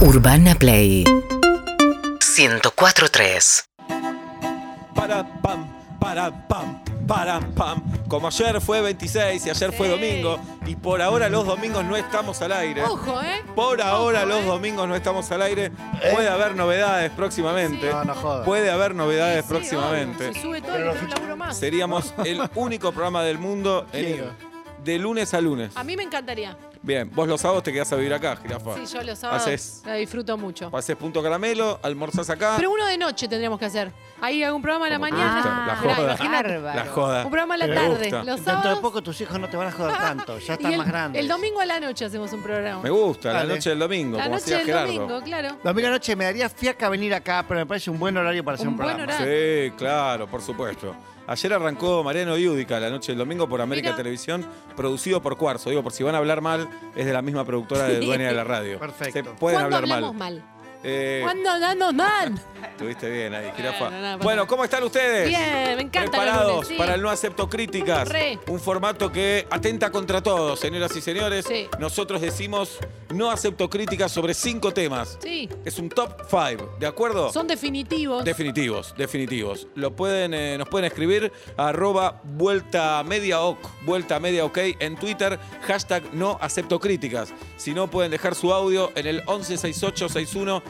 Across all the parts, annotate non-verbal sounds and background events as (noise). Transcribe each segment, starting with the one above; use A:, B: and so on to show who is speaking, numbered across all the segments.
A: Urbana Play 104.3
B: Para pam, para pam, para pam. Como ayer fue 26 y ayer fue
C: Sí.
B: domingo, y por ahora los domingos no estamos al aire.
C: Ojo, ¿eh?
B: Por ahora
C: Ojo,
B: los
C: eh.
B: domingos no estamos al aire. Puede haber novedades próximamente.
D: Eh. No, no jodas.
B: Puede haber novedades
C: Sí,
B: próximamente.
C: obvio, Se sube todo y
D: Pero
C: no
D: no ficha-
C: laburo más.
B: Seríamos el único programa del mundo en-
D: Quiero.
B: de lunes a lunes.
C: A mí me encantaría.
B: Bien, vos los sábados te quedás a vivir acá, jirafa.
C: Sí, yo los sábados
B: Haces- Ah.
C: la disfruto mucho.
B: Pasés punto caramelo, almorzás acá.
C: Pero uno de noche tendríamos que hacer. Ahí algún programa a la
B: Como te
C: mañana.
B: gusta, la
C: Mirá,
B: joda.
C: imagínate,
B: la joda.
C: Un programa a la
B: Me
C: tarde.
B: gusta.
C: Los
D: Dentro de
C: sábados. Ah,
D: poco tus hijos no te van a joder tanto, ya
C: y
D: están
C: el,
D: más grandes.
C: El domingo a la noche hacemos un programa.
B: Me gusta, la
D: Dale.
B: noche del domingo,
C: la
B: como
C: noche
B: hacía
C: del
B: Gerardo.
C: domingo, claro.
D: Domingo noche me daría fiaca venir acá, pero me parece un buen horario para hacer
C: Un
D: un,
C: buen
D: programa.
C: horario.
B: Sí, claro, por supuesto. Ayer arrancó Mariano Iudica la noche del domingo por América
C: Mira.
B: Televisión, producido por Cuarzo. Digo, por si van a hablar mal, es de la misma productora de Dueña de la Radio.
D: Perfecto.
B: Se pueden
C: ¿Cuándo
B: hablar mal.
C: hablamos mal?
B: Eh,
C: ¿Cuándo hablamos
B: (laughs)
C: mal?
B: Estuviste bien ahí, jirafa.
C: Bueno, nada, pasa
B: Bueno,
C: nada.
B: ¿cómo están ustedes?
C: Bien, me encantan los
B: Preparados
C: lunes, sí.
B: para el no acepto críticas.
C: Re.
B: Un formato que atenta contra todos, señoras y señores.
C: Sí.
B: Nosotros decimos no acepto críticas sobre cinco temas.
C: Sí.
B: Es un top five, ¿de acuerdo?
C: Son definitivos.
B: Definitivos, definitivos. Lo pueden, eh, nos pueden escribir a arroba vuelta media ok, vuelta media ok en Twitter, hashtag no acepto críticas. Si no, pueden dejar su audio en el 116861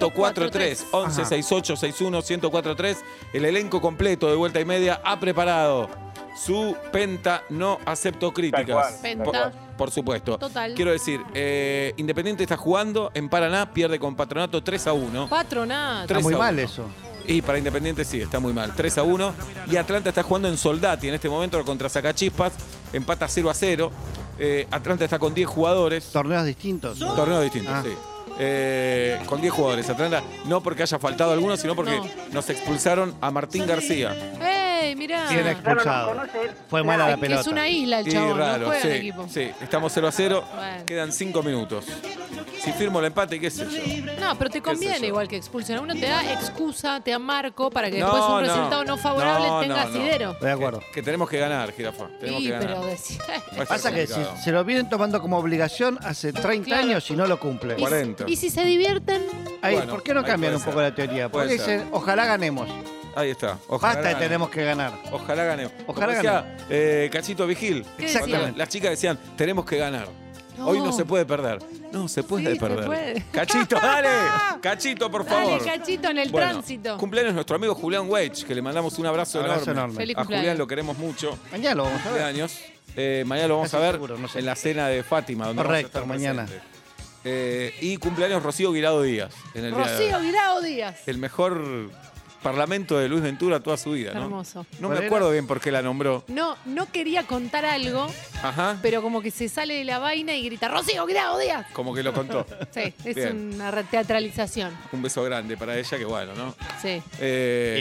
B: 1043. 116861 1043. El elenco completo de vuelta y media ha preparado su penta no acepto críticas.
C: Tal cual, tal
B: Por- Por supuesto.
C: Total.
B: Quiero decir, eh, Independiente está jugando en Paraná, pierde con Patronato 3 a 1.
C: Patronato.
B: Tres
D: Está muy
B: a
D: mal
B: uno.
D: eso.
B: Y para Independiente sí, está muy mal. 3 a 1. Y Atlanta está jugando en Soldati en este momento contra Sacachispas. Empata 0 a 0. Eh, Atlanta está con 10 jugadores.
D: Torneos distintos.
B: Torneo distinto,
D: Ah.
B: sí. Eh, con 10 jugadores. Atlanta, no porque haya faltado alguno, sino porque
C: No.
B: nos expulsaron a Martín García.
C: ¡Ey, mirá!
D: Bien expulsado. Fue mala la
C: Es que
D: pelota.
C: es una isla el
B: Y
C: chabón, no
B: raro,
C: juega
B: sí,
C: en equipo.
B: sí. Estamos 0 a 0.
C: Bueno.
B: Quedan 5 minutos. Si firmo el empate, qué sé yo.
C: No, pero te
B: sé
C: conviene
B: yo.
C: igual que expulsen a uno, te da excusa, te da marco para que después
B: No,
C: un
B: no.
C: resultado no favorable
B: No,
C: tenga
B: no, no.
C: asidero.
D: De acuerdo.
B: Que, que tenemos que ganar, Jirafa. Tenemos
C: Sí,
B: que ganar.
C: pero (laughs) eh, decía.
B: Va a estar
D: Pasa que si
B: complicado.
D: se lo vienen tomando como obligación hace 30
C: Claro.
D: años y no lo cumplen.
B: 40.
C: ¿Y si se divierten?
D: Ahí,
B: Bueno,
D: ¿Por qué no
B: ahí
D: cambian
B: puede
D: un poco
B: ser.
D: la teoría?
B: Puede
D: Porque
B: ser.
D: dicen, ojalá ganemos.
B: Ahí está. Ojalá
D: Basta de
B: ganen.
D: tenemos que ganar.
B: Ojalá ganemos. Ojalá
D: Ojalá
B: decía, eh, Cachito Vigil.
C: ¿Qué
D: Exactamente.
B: cuando Las chicas decían, tenemos que ganar.
C: No.
B: Hoy no se puede perder. No, se puede
C: Sí, se
B: perder.
C: puede.
B: Cachito,
D: (laughs)
B: dale. Cachito, por favor.
C: Dale, cachito en el
B: Bueno,
C: tránsito.
B: Cumpleaños nuestro amigo Julián Weich, que le mandamos un abrazo,
D: Abrazo
B: enorme.
D: enorme.
C: Feliz
B: A
C: cumpleaños.
B: Julián lo queremos mucho.
D: Mañana lo vamos a ver.
B: Cumpleaños. Eh, mañana lo vamos
D: Casi
B: a ver
D: seguro, no sé.
B: en la cena de Fátima. Donde
D: Correcto,
B: vamos a estar
D: mañana.
B: presentes. Eh, y cumpleaños Rocío Guirado Díaz. En el día de hoy.
C: Rocío Guirao Díaz.
B: El mejor parlamento de Luis Ventura toda su vida, ¿no?
C: Hermoso.
B: No
D: ¿Cuál
B: me
D: era?
B: acuerdo bien por qué la nombró.
C: No, no quería contar algo,
B: Ajá.
C: pero como que se sale de la vaina y grita, ¡Rocío Guirao Díaz!
B: Como que lo contó.
C: Sí, es
B: Bien.
C: una re- teatralización.
B: Un beso grande para ella, que bueno, ¿no?
C: Sí.
B: Eh,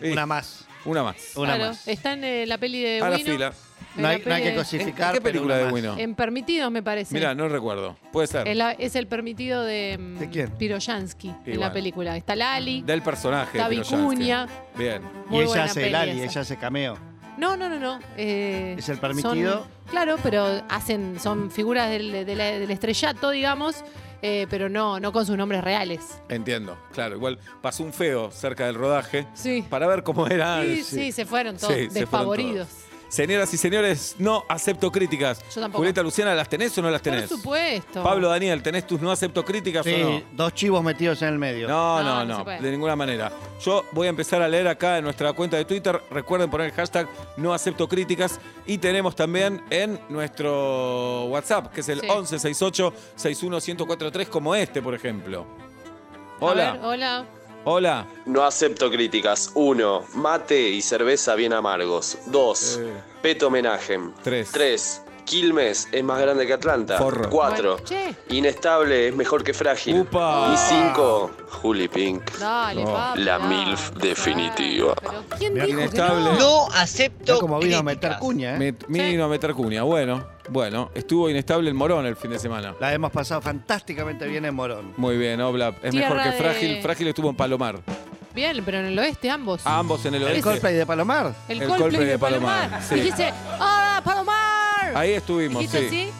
D: Sí,
B: y-
D: Una más.
B: Una más.
D: Una
C: Claro,
D: más.
C: Está en eh, la peli de
B: A la
C: Wino,
B: fila.
C: en
D: No
C: la
D: hay, no hay
C: peli
D: que
C: de-
D: cosificar.
B: ¿Qué
D: pero
B: película
D: una
B: de
D: más.
B: Wino?
C: En Permitidos, me parece.
B: Mira, no recuerdo. Puede
C: Es,
B: ser.
C: la- es Em, el permitido de, mm,
D: ¿De quién?
C: Piroyansky en
B: bueno.
C: la película. Está Lali.
B: Del personaje.
C: Está
B: de Piroyansky.
C: Vicuña.
B: Bien.
D: Y
C: Muy
D: ella
C: buena
D: hace
C: peli
D: el Ali,
C: esa.
D: ella hace cameo.
C: No, no, no, no. eh,
D: Es el permitido.
C: son- claro, pero hacen, son figuras del, de la- del estrellato, digamos, eh, pero no, no con sus nombres reales.
B: Entiendo. Claro, igual pasó un feo cerca del rodaje
C: Sí.
B: para ver cómo era.
C: sí, sí, se fueron todos
B: Ah, Sí, se fueron
C: despavoridos.
B: Señoras y señores, no acepto críticas.
C: Yo tampoco.
B: Julieta Luciana, ¿las tenés o no las tenés?
C: Por supuesto.
B: Pablo Daniel, ¿tenés tus no acepto críticas
D: Sí,
B: o no?
D: dos chivos metidos en el medio.
B: No, no,
C: No, no
B: no,
C: se puede.
B: de ninguna manera. Yo voy a empezar a leer acá en nuestra cuenta de Twitter. Recuerden poner el hashtag no acepto críticas. Y tenemos también en nuestro WhatsApp, que es el
C: Sí.
B: 1168-61143, como este, por ejemplo.
C: A
B: Hola,
C: ver, hola.
B: hola.
E: No acepto críticas. 1. Mate y cerveza bien amargos. 2.
B: Eh.
E: Peto homenaje.
B: Tres.
E: 3. Quilmes es más grande que Atlanta.
B: Forro.
E: 4.
C: Bueno, che.
E: Inestable es mejor que frágil.
B: Upa.
E: Y 5. Juli Pink.
C: Dale,
B: No.
C: Pablo,
E: La
C: dale.
E: MILF definitiva.
C: Pero ¿quién
D: Bien.
C: dijo
B: Inestable.
C: que no?
F: No
D: Está
F: acepto
D: como vino a meter
F: críticas.
D: cuña, ¿eh?
B: Me- Mino Metercunia. Bueno, bueno. Estuvo inestable el Morón el fin de semana.
D: La hemos pasado fantásticamente bien en Morón.
B: Muy bien, Obla. Es
C: Tierra
B: mejor que
C: de-
B: Frágil. Frágil estuvo en Palomar.
C: Bien, pero en el oeste ambos.
B: Ambos en el
D: El
B: oeste.
D: Coldplay de Palomar.
C: el,
B: el
C: Coldplay
B: Coldplay
C: de
B: de
C: Palomar.
B: Palomar, sí.
C: Dijiste, ¡Hola, Palomar!
B: Ahí estuvimos,
C: ¿Dijiste
B: sí.
C: así?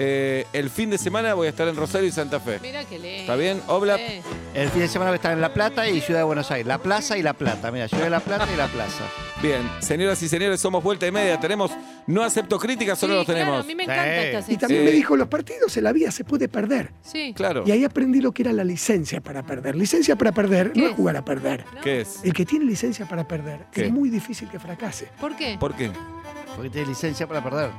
B: Eh, el fin de semana voy a estar en Rosario y Santa Fe.
C: Mira qué lindo.
B: ¿Está bien? Obla.
C: Sí.
D: El fin de semana voy a estar en La Plata y Ciudad de Buenos Aires. La Plaza y La Plata. Mira, Ciudad de La Plata y La Plaza.
B: Bien, señoras y señores, somos vuelta y media. Tenemos, no acepto críticas, solo
C: Sí,
B: los
C: Claro,
B: tenemos.
C: a mí me encanta
D: Sí.
C: esta
A: Y
C: sección.
A: también me
B: Sí.
A: dijo, los partidos en la vida se puede perder.
C: Sí.
B: Claro.
A: Y ahí aprendí lo que era la licencia para perder. Licencia para perder
C: ¿Qué
A: no
C: es?
A: es jugar a perder.
C: ¿No?
B: ¿Qué es?
A: El que tiene licencia para perder
B: ¿Qué?
A: es muy difícil que fracase.
C: ¿Por qué?
B: ¿Por qué?
D: Porque tiene licencia para perder.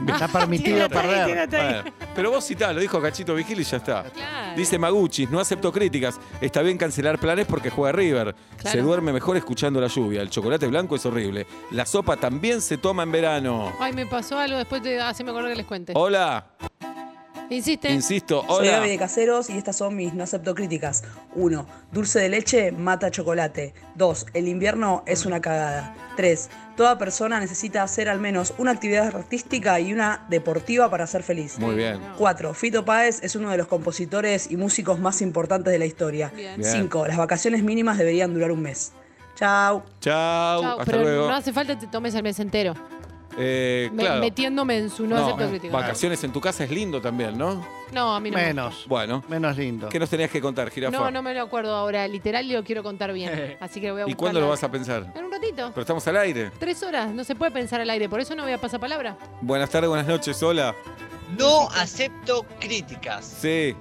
B: Ah,
D: Está permitido perder.
B: Bueno, pero vos citá, lo dijo Cachito Vigil y ya está.
C: Claro.
B: Dice Maguchis, no acepto críticas. Está bien cancelar planes porque juega River.
C: Claro.
B: Se duerme mejor escuchando la lluvia. El chocolate blanco es horrible. La sopa también se toma en verano.
C: Ay, me pasó algo, después te, así me acuerdo que les cuente.
B: Oh, Hola,
C: Insiste.
B: insisto,
F: Soy
B: hola.
F: Gaby de Caseros y estas son mis no acepto críticas. 1. Dulce de leche mata chocolate. 2. El invierno es una cagada. 3. Toda persona necesita hacer al menos una actividad artística y una deportiva para ser feliz.
B: Muy bien.
F: 4. Fito Páez es uno de los compositores y músicos más importantes de la historia.
C: Bien.
B: Bien.
F: 5. Las vacaciones mínimas deberían durar un mes. Chao.
B: Chao,
C: Chau,
B: hasta
C: pero
B: luego.
C: no hace falta que te tomes el mes entero.
B: Eh,
C: Me-
B: claro.
C: Metiéndome en su no,
B: No,
C: acepto críticas.
B: vacaciones en tu casa es lindo también, ¿no?
C: No, a mí no. me-
D: Menos.
B: Bueno,
D: Menos lindo.
B: ¿qué nos tenías que contar, jirafa?
C: No, no me lo acuerdo ahora. Literal lo quiero contar bien. Así que voy a
B: ¿Y
C: buscar.
B: cuándo lo vas a pensar?
C: En un ratito.
B: Pero estamos al aire.
C: Tres horas. No se puede pensar al aire. Por eso no voy a pasar palabra.
B: Buenas tardes, buenas noches, hola.
G: No acepto críticas.
B: Sí,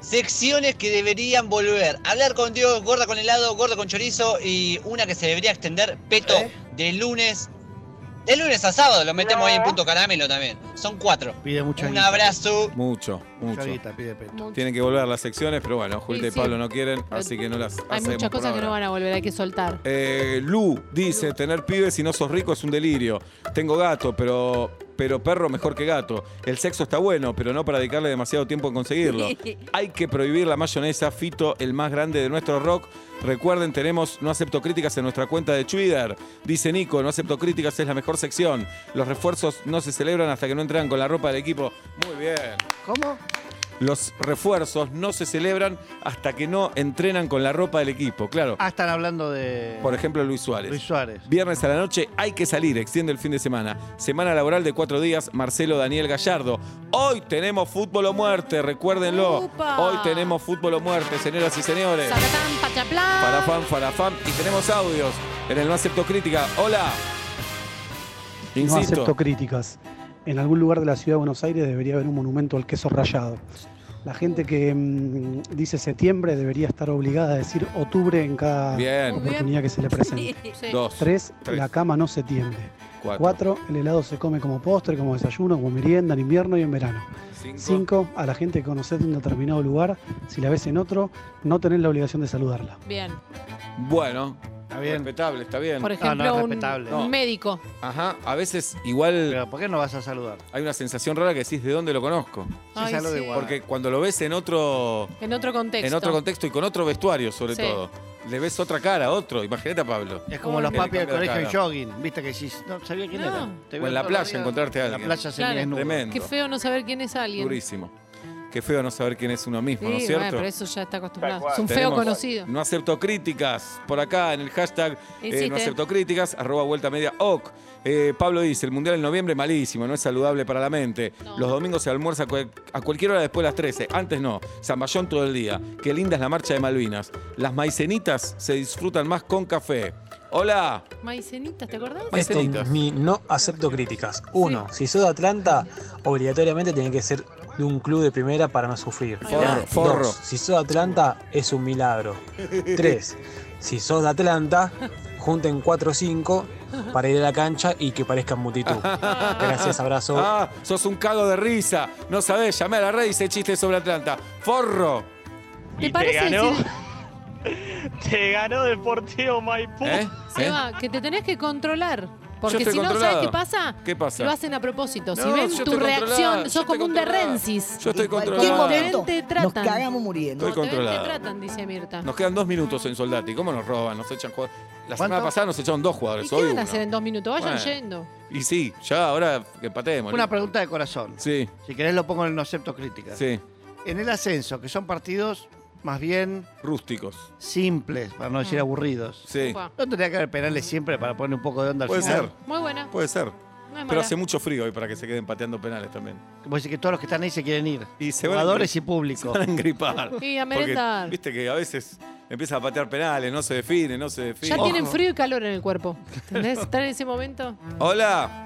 G: Secciones que deberían volver. Hablar con Dios, gorda con helado, gorda con chorizo y una que se debería extender, peto, de lunes. De lunes a sábado, lo metemos ahí en punto caramelo también. Son cuatro.
D: Pide mucho
G: Un
D: guita.
G: abrazo.
B: mucho, mucho.
D: Mucha guita, pide peto.
C: Mucho.
B: Tienen que volver las secciones, pero bueno, Julieta
C: Sí,
B: y
C: sí.
B: Pablo no quieren, así que no las
C: Hay
B: hacemos
C: muchas
B: por
C: cosas que
B: ahora.
C: no van a volver. Hay que soltar.
B: Eh, Lu dice, tener pibes si no sos rico es un delirio. Tengo gato, pero, pero perro mejor que gato. El sexo está bueno, pero no para dedicarle demasiado tiempo en conseguirlo. Hay que prohibir la mayonesa, Fito, el más grande de nuestro rock. Recuerden, tenemos No Acepto Críticas en nuestra cuenta de Twitter. Dice Nico, No Acepto Críticas es la mejor sección. Los refuerzos no se celebran hasta que no entran con la ropa del equipo. Muy bien.
D: ¿Cómo?
B: Los refuerzos no se celebran hasta que no entrenan con la ropa del equipo, claro.
D: Ah, están hablando de
B: Por ejemplo, Luis Suárez.
D: Luis Suárez.
B: Viernes a la noche hay que salir, extiende el fin de semana. Semana laboral de cuatro días, Marcelo Daniel Gallardo. Hoy tenemos fútbol o muerte, recuérdenlo.
C: Upa.
B: Hoy tenemos fútbol o muerte, señoras y señores.
C: Zacatán, pachaplán.
B: Farafán, farafán. Y tenemos audios en el No Acepto Crítica. Hola.
H: No
B: Insisto.
H: acepto críticas. En algún lugar de la ciudad de Buenos Aires debería haber un monumento al queso rallado. La gente que mm, dice septiembre debería estar obligada a decir octubre en cada
B: Bien.
C: Muy
H: oportunidad que se le presente.
C: Sí.
B: Dos,
H: Tres,
B: Tres.
H: la cama no se tiende.
B: cuatro,
H: Cuatro, el helado se come como postre, como desayuno, como merienda en invierno y en verano.
B: cinco,
H: Cinco, a la gente que conoces de un determinado lugar, si la ves en otro, no tenés la obligación de saludarla.
C: Bien.
B: Bueno,
D: Está bien.
B: respetable, está bien.
C: Por ejemplo,
D: no, es
C: un,
D: respetable.
C: un
B: No.
C: médico.
B: Ajá, a veces igual
D: Pero ¿por qué no vas a saludar?
B: hay una sensación rara que decís de dónde lo conozco.
C: Ay,
D: ya lo
C: sí.
D: de Guada.
B: Porque cuando lo ves en otro
C: En otro contexto.
B: En otro contexto y con otro vestuario, sobre
C: Sí.
B: todo. Le ves otra cara, otro. Imagínate a Pablo.
D: Es como los
B: Bien,
D: papis del
B: cambia la
D: colegio en
B: cara.
D: jogging. Viste que decís, no sabía quién
C: No.
D: era. Te
B: O
D: veo
B: en la
D: todos los
B: playa
D: días.
B: encontrate a
D: En la
B: alguien.
D: playa se
C: Claro.
D: me desnuda.
B: Tremendo.
C: Qué feo no saber quién es alguien.
B: Durísimo. Qué feo no saber quién es uno
C: Sí,
B: mismo, ¿no es
C: bueno,
B: cierto?
C: pero eso ya está
E: Tal
C: acostumbrado.
E: cual.
C: Es un feo
B: Tenemos-
C: conocido.
B: No acepto críticas. Por acá en el hashtag eh,
C: Insiste.
B: no acepto críticas, arroba vuelta media ok. Eh, Pablo dice, el mundial en noviembre malísimo, no es saludable para la mente.
C: No.
B: Los domingos se almuerza a cual- a cualquier hora después de las 13. Antes no, zamballón todo el día. Qué linda es la marcha de Malvinas. Las maicenitas se disfrutan más con café. Hola.
C: Maicenitas, ¿te acordás?
I: Este
B: Maicenitas.
I: es mi no acepto críticas. Uno, si sos de Atlanta, obligatoriamente tiene que ser de un club de primera para no sufrir.
C: Ahí va.
B: Forro, forro.
I: Dos, si sos de Atlanta, es un milagro. Tres, si sos de Atlanta, junten cuatro o cinco para ir a la cancha y que parezcan multitud. Gracias, abrazo.
B: Ah, sos un cago de risa. No sabés, llamé a la red y hice chistes sobre Atlanta. Forro.
C: ¿Te parece decir-
J: Te ganó Deportivo Maipú.
B: ¿Eh? ¿Eh?
C: Seba, que te tenés que controlar. Porque
B: estoy
C: si no,
B: controlado.
C: ¿sabes qué pasa?
B: ¿Qué pasa?
C: Lo hacen a propósito. si
B: ¿Eh? No, yo
C: ven tu
B: estoy controlado,
C: reacción,
B: yo
C: sos
B: estoy
C: como un
B: controlado.
C: derrencis.
B: Yo estoy
C: Cualquier
B: controlado.
C: momento te tratan. Nos cagamos
B: Estoy
C: Te ven, te
B: controlado.
C: tratan, dice Mirta.
B: Nos quedan dos minutos en Soldati. ¿Cómo nos roban? Nos echan jugadores. La
D: ¿Cuánto?
B: semana pasada nos echaron dos
C: ¿Y
B: jugadores.
C: qué
B: Hoy
C: van a
B: uno.
C: hacer en dos minutos? Vayan
B: Bueno.
C: yendo.
B: Y sí, ya ahora que patemos.
D: Una pregunta de corazón.
B: Sí,
D: Si querés lo pongo en el no acepto críticas.
B: sí.
D: En el ascenso, que son partidos más bien
B: Rústicos.
D: simples, para no
C: Ah.
D: decir aburridos.
B: Sí.
C: Upa.
D: No tendría que haber penales siempre para poner un poco de onda al
B: Puede
D: final.
B: ser,
C: Muy buena.
B: puede ser.
C: No es
B: Pero
C: mala.
B: hace mucho frío hoy para que se queden pateando penales también.
D: Vos decís que todos los que están ahí se quieren ir.
B: Y se van a-
D: Jugadores y público.
B: Van a engripar.
C: Y
B: Porque,
C: a merendar.
B: Viste que a veces empieza a patear penales, no se define, no se define.
C: Ya tienen frío y calor en el cuerpo. ¿Entendés? Están en ese momento.
B: Hola.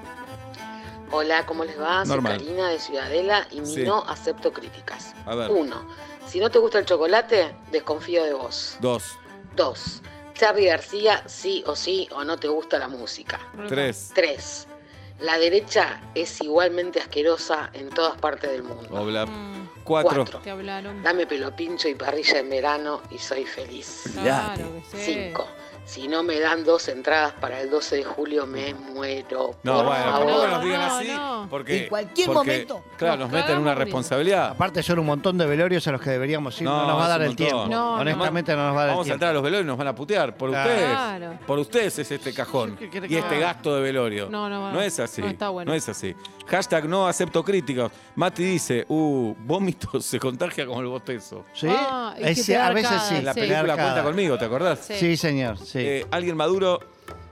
K: Hola, ¿cómo les va?
B: Normal.
K: Soy Karina de Ciudadela y
B: Sí.
K: no acepto críticas.
B: A ver.
K: Uno, si no te gusta el chocolate, desconfío de vos.
B: Dos,
K: Dos, Charlie García sí o sí o no te gusta la música.
B: tres,
K: Tres, la derecha es igualmente asquerosa en todas partes del mundo.
B: obla.
C: Mm,
B: Cuatro.
K: Cuatro.
C: te hablaron.
K: Dame pelo pincho y parrilla en verano y soy feliz.
C: Claro que sí.
K: Cinco, si no me dan dos entradas para el 12 de julio me muero.
B: No,
K: por
B: bueno,
K: favor.
B: tampoco
C: no,
B: nos digan
C: no,
B: así.
C: no.
B: Porque,
L: En cualquier
B: porque,
L: momento
B: Claro,
C: nos
B: nos meten
C: cagamos
B: una
C: de risa.
B: responsabilidad.
D: Aparte son un montón de velorios a los que deberíamos ir. No,
B: No,
D: nos va a
B: es
D: dar
B: un
D: el
B: montón.
D: tiempo.
C: No, no.
D: Honestamente no nos va a dar
B: Vamos a
D: el tiempo.
B: entrar a los velorios y nos van a putear. Por
D: Claro.
B: ustedes.
C: Claro.
B: Por ustedes es este cajón.
D: (laughs) ¿Qué quiere
B: Y
D: que
B: este
D: haga?
B: gasto de velorio.
C: No, no va.
B: es así.
C: No está bueno.
B: No es así. Hashtag no acepto críticas. Mati dice, uh, vómitos (laughs) se contagia como el bostezo.
D: ¿Sí?
C: Ah, es que
D: Ese-
C: te da
D: a veces
C: arcada,
D: sí.
C: sí.
B: La película
D: Arcada.
B: cuenta conmigo, ¿te acordás?
C: Sí.
D: Sí, señor. Sí.
B: Eh, alguien maduro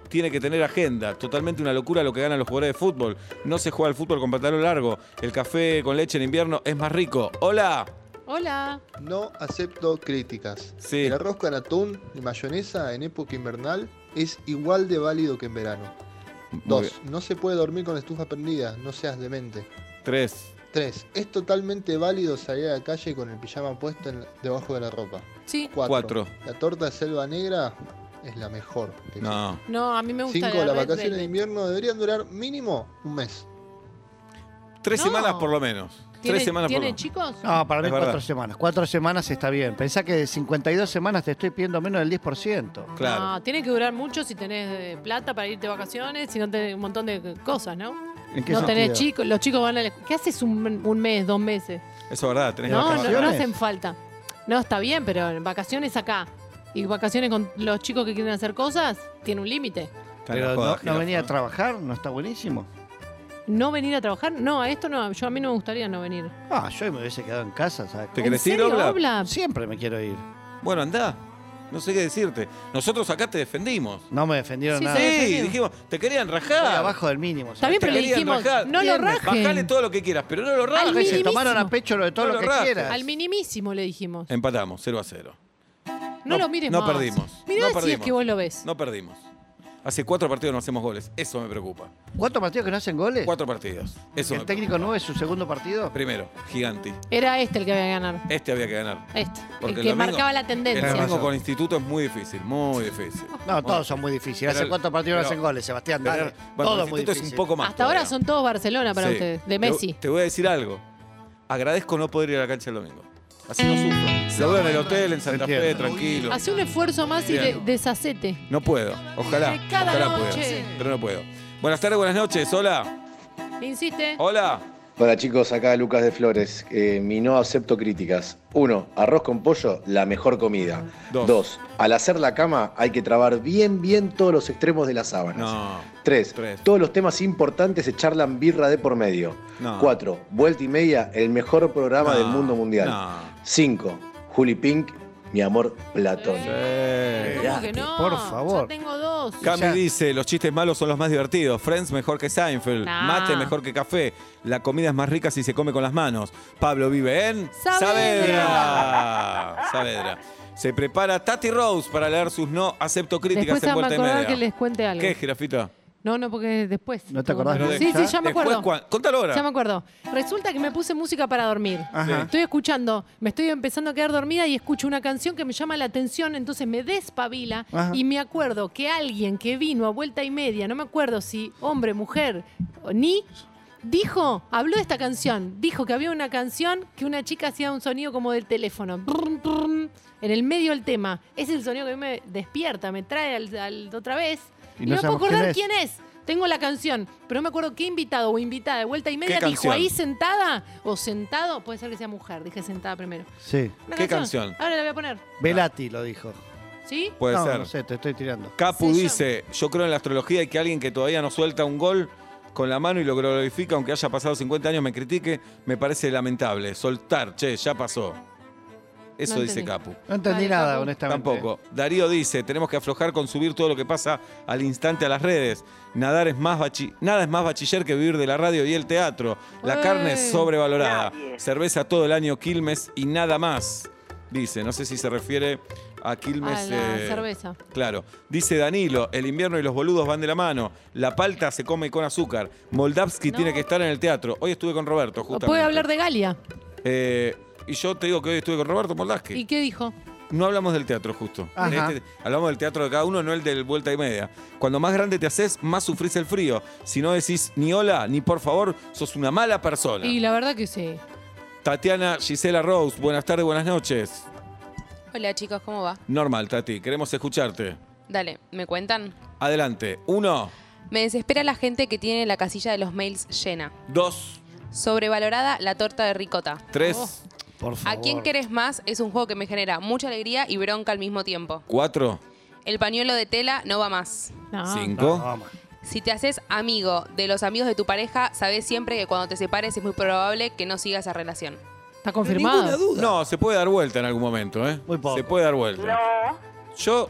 B: tiene que tener agenda. Totalmente una locura lo que ganan los jugadores de fútbol. No se juega al fútbol con pantalón largo. El café con leche en invierno es más rico. ¡Hola!
C: Hola.
M: No acepto críticas.
B: Sí.
M: El arroz con atún y mayonesa en época invernal es igual de válido que en verano.
B: Muy
M: Dos,
B: bien.
M: No se puede dormir con la estufa prendida, no seas demente.
B: Tres.
M: Tres, Es totalmente válido salir a la calle con el pijama puesto en- debajo de la ropa.
C: Sí.
M: Cuatro,
B: Cuatro.
M: La torta de selva negra es la mejor. que
B: No.
C: No, a mí me gusta
M: existe. Cinco,
C: la
M: Las
C: Red
M: vacaciones de
C: Velvet.
M: invierno deberían durar mínimo un mes.
B: Tres
C: No.
B: semanas por lo menos.
C: ¿Tiene-
B: Tres semanas por lo
C: ¿Tiene
B: menos.
C: chicos?
D: No, para mí
B: Es
D: cuatro
B: verdad.
D: semanas. Cuatro semanas está bien. Pensá que de 52 semanas te estoy pidiendo menos del 10%.
B: Claro.
C: No, tiene que durar mucho si tenés eh, plata para irte de vacaciones, si no tenés un montón de cosas, ¿no?
D: ¿En qué
C: No tenés
D: sentido?
C: chicos, los chicos van a la... ¿Qué haces un, un mes, dos meses?
B: Eso es verdad, tenés
C: No, no,
B: vacaciones.
C: no
D: vacaciones?
C: hacen falta. No, está bien, pero en vacaciones acá. Y vacaciones con los chicos que quieren hacer cosas, tiene un límite.
B: Está en la
D: Pero
B: joda,
D: no, no
B: jirafa.
D: venía a trabajar, no está buenísimo.
C: No venir a trabajar, no, a esto no, yo a mí no me gustaría no venir.
D: Ah, yo me hubiese quedado en casa, ¿sabes?
B: ¿Te
C: ¿En
B: querés ir,
C: serio,
B: Obla?
C: Obla?
D: Siempre me quiero ir.
B: Bueno, andá. No sé qué decirte. Nosotros acá te defendimos.
D: No me defendieron
C: Sí,
D: nada.
C: Te
B: Sí,
C: defendimos.
B: dijimos, te querían
D: Estoy
B: rajar.
D: abajo del mínimo.
C: Está bien,
B: Te
C: pero le
B: querían
C: dijimos,
B: rajar.
C: no lo rajen.
B: Bajale todo lo que quieras, pero no lo
C: Al
B: rajes.
D: Se
C: minimísimo.
D: tomaron a pecho lo de todo
B: No lo
D: lo que
B: rajes.
D: quieras.
C: Al minimísimo le dijimos.
B: Empatamos, 0 a 0.
C: No,
B: Eh, No,
C: lo mires
B: no
C: más.
B: perdimos.
C: Mirá
B: No
C: si es
B: perdimos.
C: que vos lo ves.
B: No perdimos. Hace cuatro partidos no hacemos goles. Eso me preocupa.
D: ¿Cuántos partidos que no hacen goles?
B: Cuatro partidos. Eso me
D: ¿El técnico
B: preocupa.
D: no es su segundo partido?
B: Primero, Giganti.
C: Era este el que había que ganar.
B: Este había que ganar.
C: Este.
B: Porque
C: el
B: el
C: que
B: domingo-
C: marcaba la
B: El
C: tendencia.
D: Tenés
B: domingo
D: razón.
B: con Instituto es muy difícil, muy difícil.
D: No, todos son muy difíciles. ¿Hace
B: Pero-
D: cuántos partidos no
B: pero-
D: hacen goles, Sebastián?
B: Pero-
D: Dale.
B: bueno,
D: Todo
B: el
D: muy
B: Instituto
D: difícil.
B: es un poco más.
C: Hasta ahora
B: todavía.
C: son todos Barcelona para
B: Sí.
C: ustedes,
B: Te-
C: de Messi.
B: Te, voy a decir algo. Agradezco no poder ir a la cancha el domingo. Así no sufro. Se duerme en el hotel, en Santa Fe,
D: Entiendo.
B: tranquilo.
C: Hace un esfuerzo más y de,
B: Bien.
C: deshacete.
B: No puedo. Ojalá.
C: De cada
B: Ojalá
C: noche.
B: pueda. Pero no puedo. Buenas tardes, buenas noches. Hola.
C: Insiste.
B: Hola.
N: Hola chicos, acá Lucas de Flores. Eh, mi no acepto críticas. Uno, Arroz con pollo, la mejor comida.
B: Dos.
N: Dos. Al hacer la cama hay que trabar bien, bien todos los extremos de las sábanas.
B: No.
N: Tres,
B: Tres.
N: Todos los temas importantes se charlan birra de por medio.
B: No.
N: Cuatro, Vuelta y media, el mejor programa
B: No,
N: del mundo mundial.
B: no.
N: Cinco, Juli Pink, mi amor platónico.
B: Eh.
C: ¿Cómo que no?
D: por favor.
C: Yo tengo dos.
B: Cami
D: Ya.
B: dice, los chistes malos son los más divertidos. Friends mejor que Seinfeld.
C: Nah.
B: Mate mejor que café. La comida es más rica si se come con las manos. Pablo vive en
C: Saavedra.
B: Saavedra. Saavedra. Se prepara Tati Rose para leer sus no acepto críticas
C: Después se
B: en
C: van a
B: vuelta y
C: acordar
B: media.
C: que les cuente algo.
B: ¿Qué, jirafita?
C: No, no, porque después.
D: ¿No te acordás?
C: Pero
D: de-
C: Sí, sí, ya me
B: Después,
C: acuerdo.
B: cuan- Contalo ahora.
C: Ya me acuerdo. Resulta que me puse música para dormir.
D: Ajá.
C: Estoy escuchando, me estoy empezando a quedar dormida y escucho una canción que me llama la atención, entonces me despabila
D: Ajá.
C: y me acuerdo que alguien que vino a vuelta y media, no me acuerdo si hombre, mujer, o ni, dijo, habló de esta canción, dijo que había una canción que una chica hacía un sonido como del teléfono, brum, brum, en el medio del tema. Es el sonido que a mí me despierta, me trae al, al- otra vez
D: Y
C: y
D: no
C: no, puedo
D: sabemos quién
C: acordar
D: es.
C: quién es. Tengo la canción, pero no me acuerdo qué invitado o invitada de vuelta y media dijo
B: canción?
C: ahí sentada o sentado, puede ser que sea mujer, dije sentada primero.
D: Sí.
C: Una
B: ¿Qué canción?
C: Ahora la voy a poner.
D: Velati lo dijo.
C: ¿Sí?
B: Puede
D: no,
B: ser.
D: no sé, te estoy tirando.
B: Capu
C: Sí, yo-
B: dice, yo creo en la astrología y que alguien que todavía no suelta un gol con la mano y lo glorifica, aunque haya pasado 50 años, me critique, me parece lamentable. Soltar, che, ya pasó. Eso
D: No
B: dice
D: entendí.
B: Capu.
D: No entendí Dale, nada, Capu. honestamente.
B: Tampoco. Darío dice, tenemos que aflojar con subir todo lo que pasa al instante a las redes. Nadar es más bachi- nada es más bachiller que vivir de la radio y el teatro. La
L: Ué.
B: carne es sobrevalorada.
L: Nadie.
B: Cerveza todo el año Quilmes y nada más. Dice, no sé si se refiere a Quilmes.
C: A la
B: eh,
C: cerveza.
B: Claro. Dice Danilo, el invierno y los boludos van de la mano. La palta se come con azúcar. Moldavsky tiene que estar en el teatro. Hoy estuve con Roberto, justamente.
C: Puede hablar de Galia.
B: Eh, y yo te digo que hoy estuve con Roberto Moldavsky.
C: ¿Y qué dijo?
B: No hablamos del teatro, justo.
C: Ajá.
B: Este- hablamos del teatro de cada uno, no el del vuelta y media. Cuando más grande te haces, más sufrís el frío. Si no decís ni hola, ni por favor, sos una mala persona.
C: Y la verdad que sí.
B: Tatiana Gisela Rose, buenas tardes, buenas noches.
O: Hola chicos, ¿cómo va?
B: Normal, Tati, queremos escucharte.
O: Dale, ¿me cuentan?
B: Adelante. Uno,
O: Me desespera la gente que tiene la casilla de los mails llena.
B: dos,
O: Sobrevalorada la torta de ricota. Oh.
B: tres,
O: ¿A quién querés más? Es un juego que me genera mucha alegría y bronca al mismo tiempo.
B: cuatro,
O: El pañuelo de tela no va más.
C: Ah,
B: cinco.
O: Si te haces amigo de los amigos de tu pareja, sabes siempre que cuando te separes es muy probable que no sigas esa relación.
C: Está confirmado.
B: No, se puede dar vuelta en algún momento, ¿eh? Se puede dar vuelta. Yo.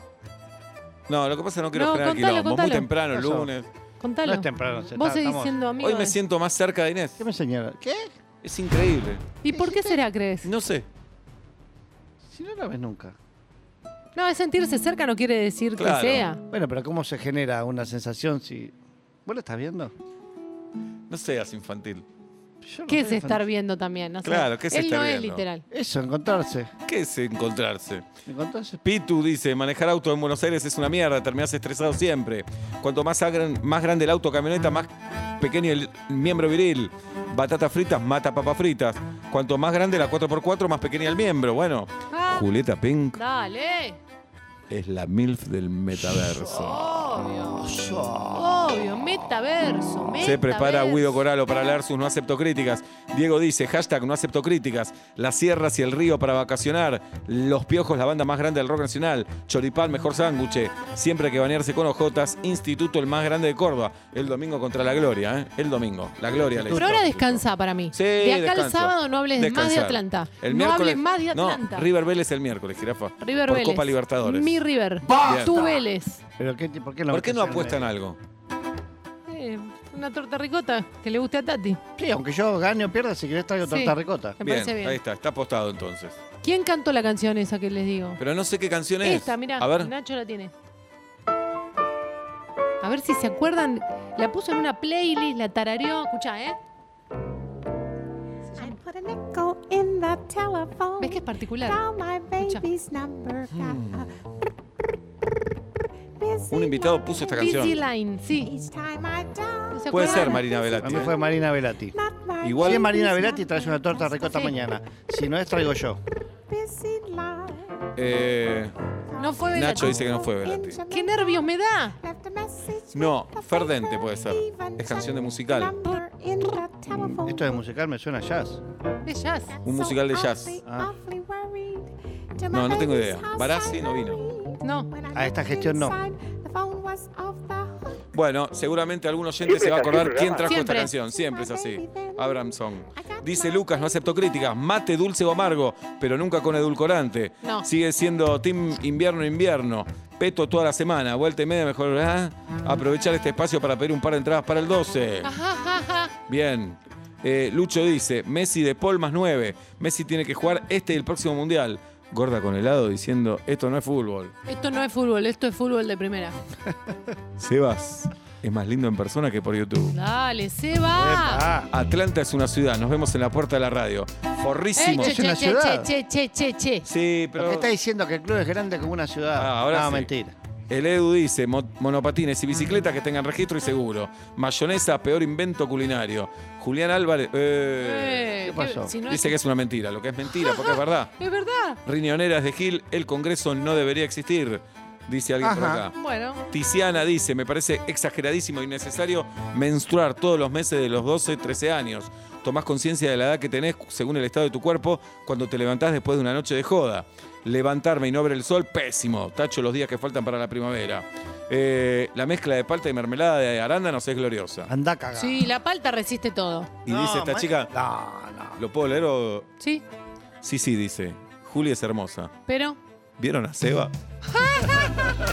B: No, lo que pasa es que no quiero
C: No,
B: generar
C: contalo,
B: quilombo.
C: contalo.
B: Muy temprano, el
D: Eso.
B: lunes.
C: Contalo.
D: No es temprano, se
C: Vos
D: está-
C: seguís
D: estamos-
C: siendo amigo.
B: Hoy me
O: eh.
C: de-
B: siento más cerca de Inés. ¿Qué
D: me señala? ¿Qué?
B: Es increíble.
C: ¿Y por qué será, crees?
B: No sé.
D: Si no la ves nunca.
C: No, es sentirse
D: Mm.
C: cerca no quiere decir que sea.
D: Bueno, pero ¿cómo se genera una sensación si. ¿Vos lo estás viendo?
B: No seas infantil.
C: ¿Qué es estar viendo también? No sé.
B: Claro, ¿qué es
C: Él
B: estar
C: no es
B: viendo?
C: literal.
D: Eso, encontrarse.
B: ¿Qué es encontrarse?
D: Encontrarse.
B: Pitu dice, manejar auto en Buenos Aires es una mierda, terminás estresado siempre. Cuanto más, agran- más grande el auto o camioneta, más pequeño el miembro viril. Batatas fritas mata papas fritas. Cuanto más grande la 4x4, más pequeña el miembro. Bueno,
C: Ah.
B: Julieta Pink
C: Dale.
B: es la MILF del metaverso.
C: Obvio, metaverso, metaverso.
B: Se prepara Guido Coralo para leer sus no acepto críticas. Diego dice, hashtag no acepto críticas. Las sierras y el río para vacacionar. Los piojos, la banda más grande del rock nacional. Choripán, mejor sándwich. Siempre hay que bañarse con ojotas. Instituto, el más grande de Córdoba. El domingo contra la gloria, ¿eh? El domingo. La gloria, le
C: Pero ahora descansa para mí.
B: Sí,
C: de acá al
B: descanso.
C: sábado no hables más de
B: Descansar.
C: Atlanta.
B: El
C: no
B: miércoles-
C: hables más de
B: No,
C: Atlanta.
B: River Vélez el miércoles, jirafa.
C: River
B: Por
C: Vélez.
B: Copa Libertadores.
C: Mi River.
B: Basta.
C: Tu Vélez.
D: ¿Pero qué, ¿Por qué,
B: ¿Por qué no apuestan algo?
C: Eh, una torta ricota que le guste a Tati.
D: Sí, aunque yo gane o pierda, si querés traigo
C: Sí.
D: torta ricota.
C: Me
B: Bien,
C: parece bien.
B: ahí está. Está apostado entonces.
C: ¿Quién cantó la canción esa que les digo?
B: Pero no sé qué canción es.
C: Esta, mirá,
B: A ver.
C: Nacho la tiene. A ver si se acuerdan. La puso en una playlist, la tarareó. Escuchá, ¿eh? ¿Ves que es particular? Escuchá.
B: Un invitado puso esta canción.
C: Busy Line, sí. ¿Se
B: Puede
C: acuerdan?
B: ser Marina Velati.
D: A mí fue Marina Velati.
B: Igual-
D: Si es Marina Velati, traes una torta ricota
C: Sí.
D: mañana. Si no es, traigo yo.
B: Eh,
C: No fue Velati.
B: Nacho dice que no fue Velati.
C: ¡Qué nervios me da!
B: No, Ferdente puede ser. Es canción de musical.
D: Esto de musical me suena a jazz.
C: De jazz.
B: Un musical de jazz.
D: Ah.
B: No, no tengo idea. Barassi no vino.
C: No.
D: A esta gestión no.
B: Bueno, seguramente algún oyente se va a acordar quién trajo esta
C: Siempre.
B: canción. Siempre es así. Abramson. Dice Lucas, no acepto críticas. Mate dulce o amargo, pero nunca con edulcorante.
L: No.
B: Sigue siendo Team Invierno Invierno. Peto toda la semana. Vuelta y media mejor. ¿verdad? Aprovechar este espacio para pedir un par de entradas para el 12.
C: Ajá, ajá, ajá.
B: Bien. Eh, Lucho dice, Messi de Paul más 9. Messi tiene que jugar este y el próximo mundial. Gorda con helado diciendo, esto no es fútbol.
C: Esto no es fútbol, esto es fútbol de primera.
B: Sebas es más lindo en persona que por YouTube.
C: Dale, se va.
B: Atlanta es una ciudad, nos vemos en la puerta de la radio. Forrísimo.
C: Eh, che, che, che, che, che, che,
B: Eh,
C: che.
B: Sí,
D: Lo que
B: pero.
D: está diciendo que el club es grande como una ciudad.
B: Ah, ahora
D: no,
B: sí.
D: mentira.
B: El Edu dice, "Mo- monopatines y bicicletas que tengan registro y seguro. Mayonesa, peor invento culinario. Julián Álvarez. eh,
C: Eh, ¿Qué pasó? si no es-
B: dice que es una mentira, lo que es mentira, porque es verdad.
C: Es verdad.
B: Riñoneras de Gil, el Congreso no debería existir, dice alguien por
C: Ajá.
B: acá.
C: Bueno.
B: Tiziana dice, me parece exageradísimo y necesario menstruar todos los meses de los 12, 13 años. Tomás conciencia de la edad que tenés según el estado de tu cuerpo cuando te levantás después de una noche de joda. Levantarme y no ver el sol, pésimo. Tacho los días que faltan para la primavera. Eh, la mezcla de palta y mermelada de arándanos es gloriosa.
D: Anda cagada.
C: Sí, la palta resiste todo.
B: Y dice esta chica... ¿Lo puedo leer o...?
C: Sí.
B: Sí, sí, dice. Juli es hermosa.
C: Pero.
B: ¿Vieron a Seba?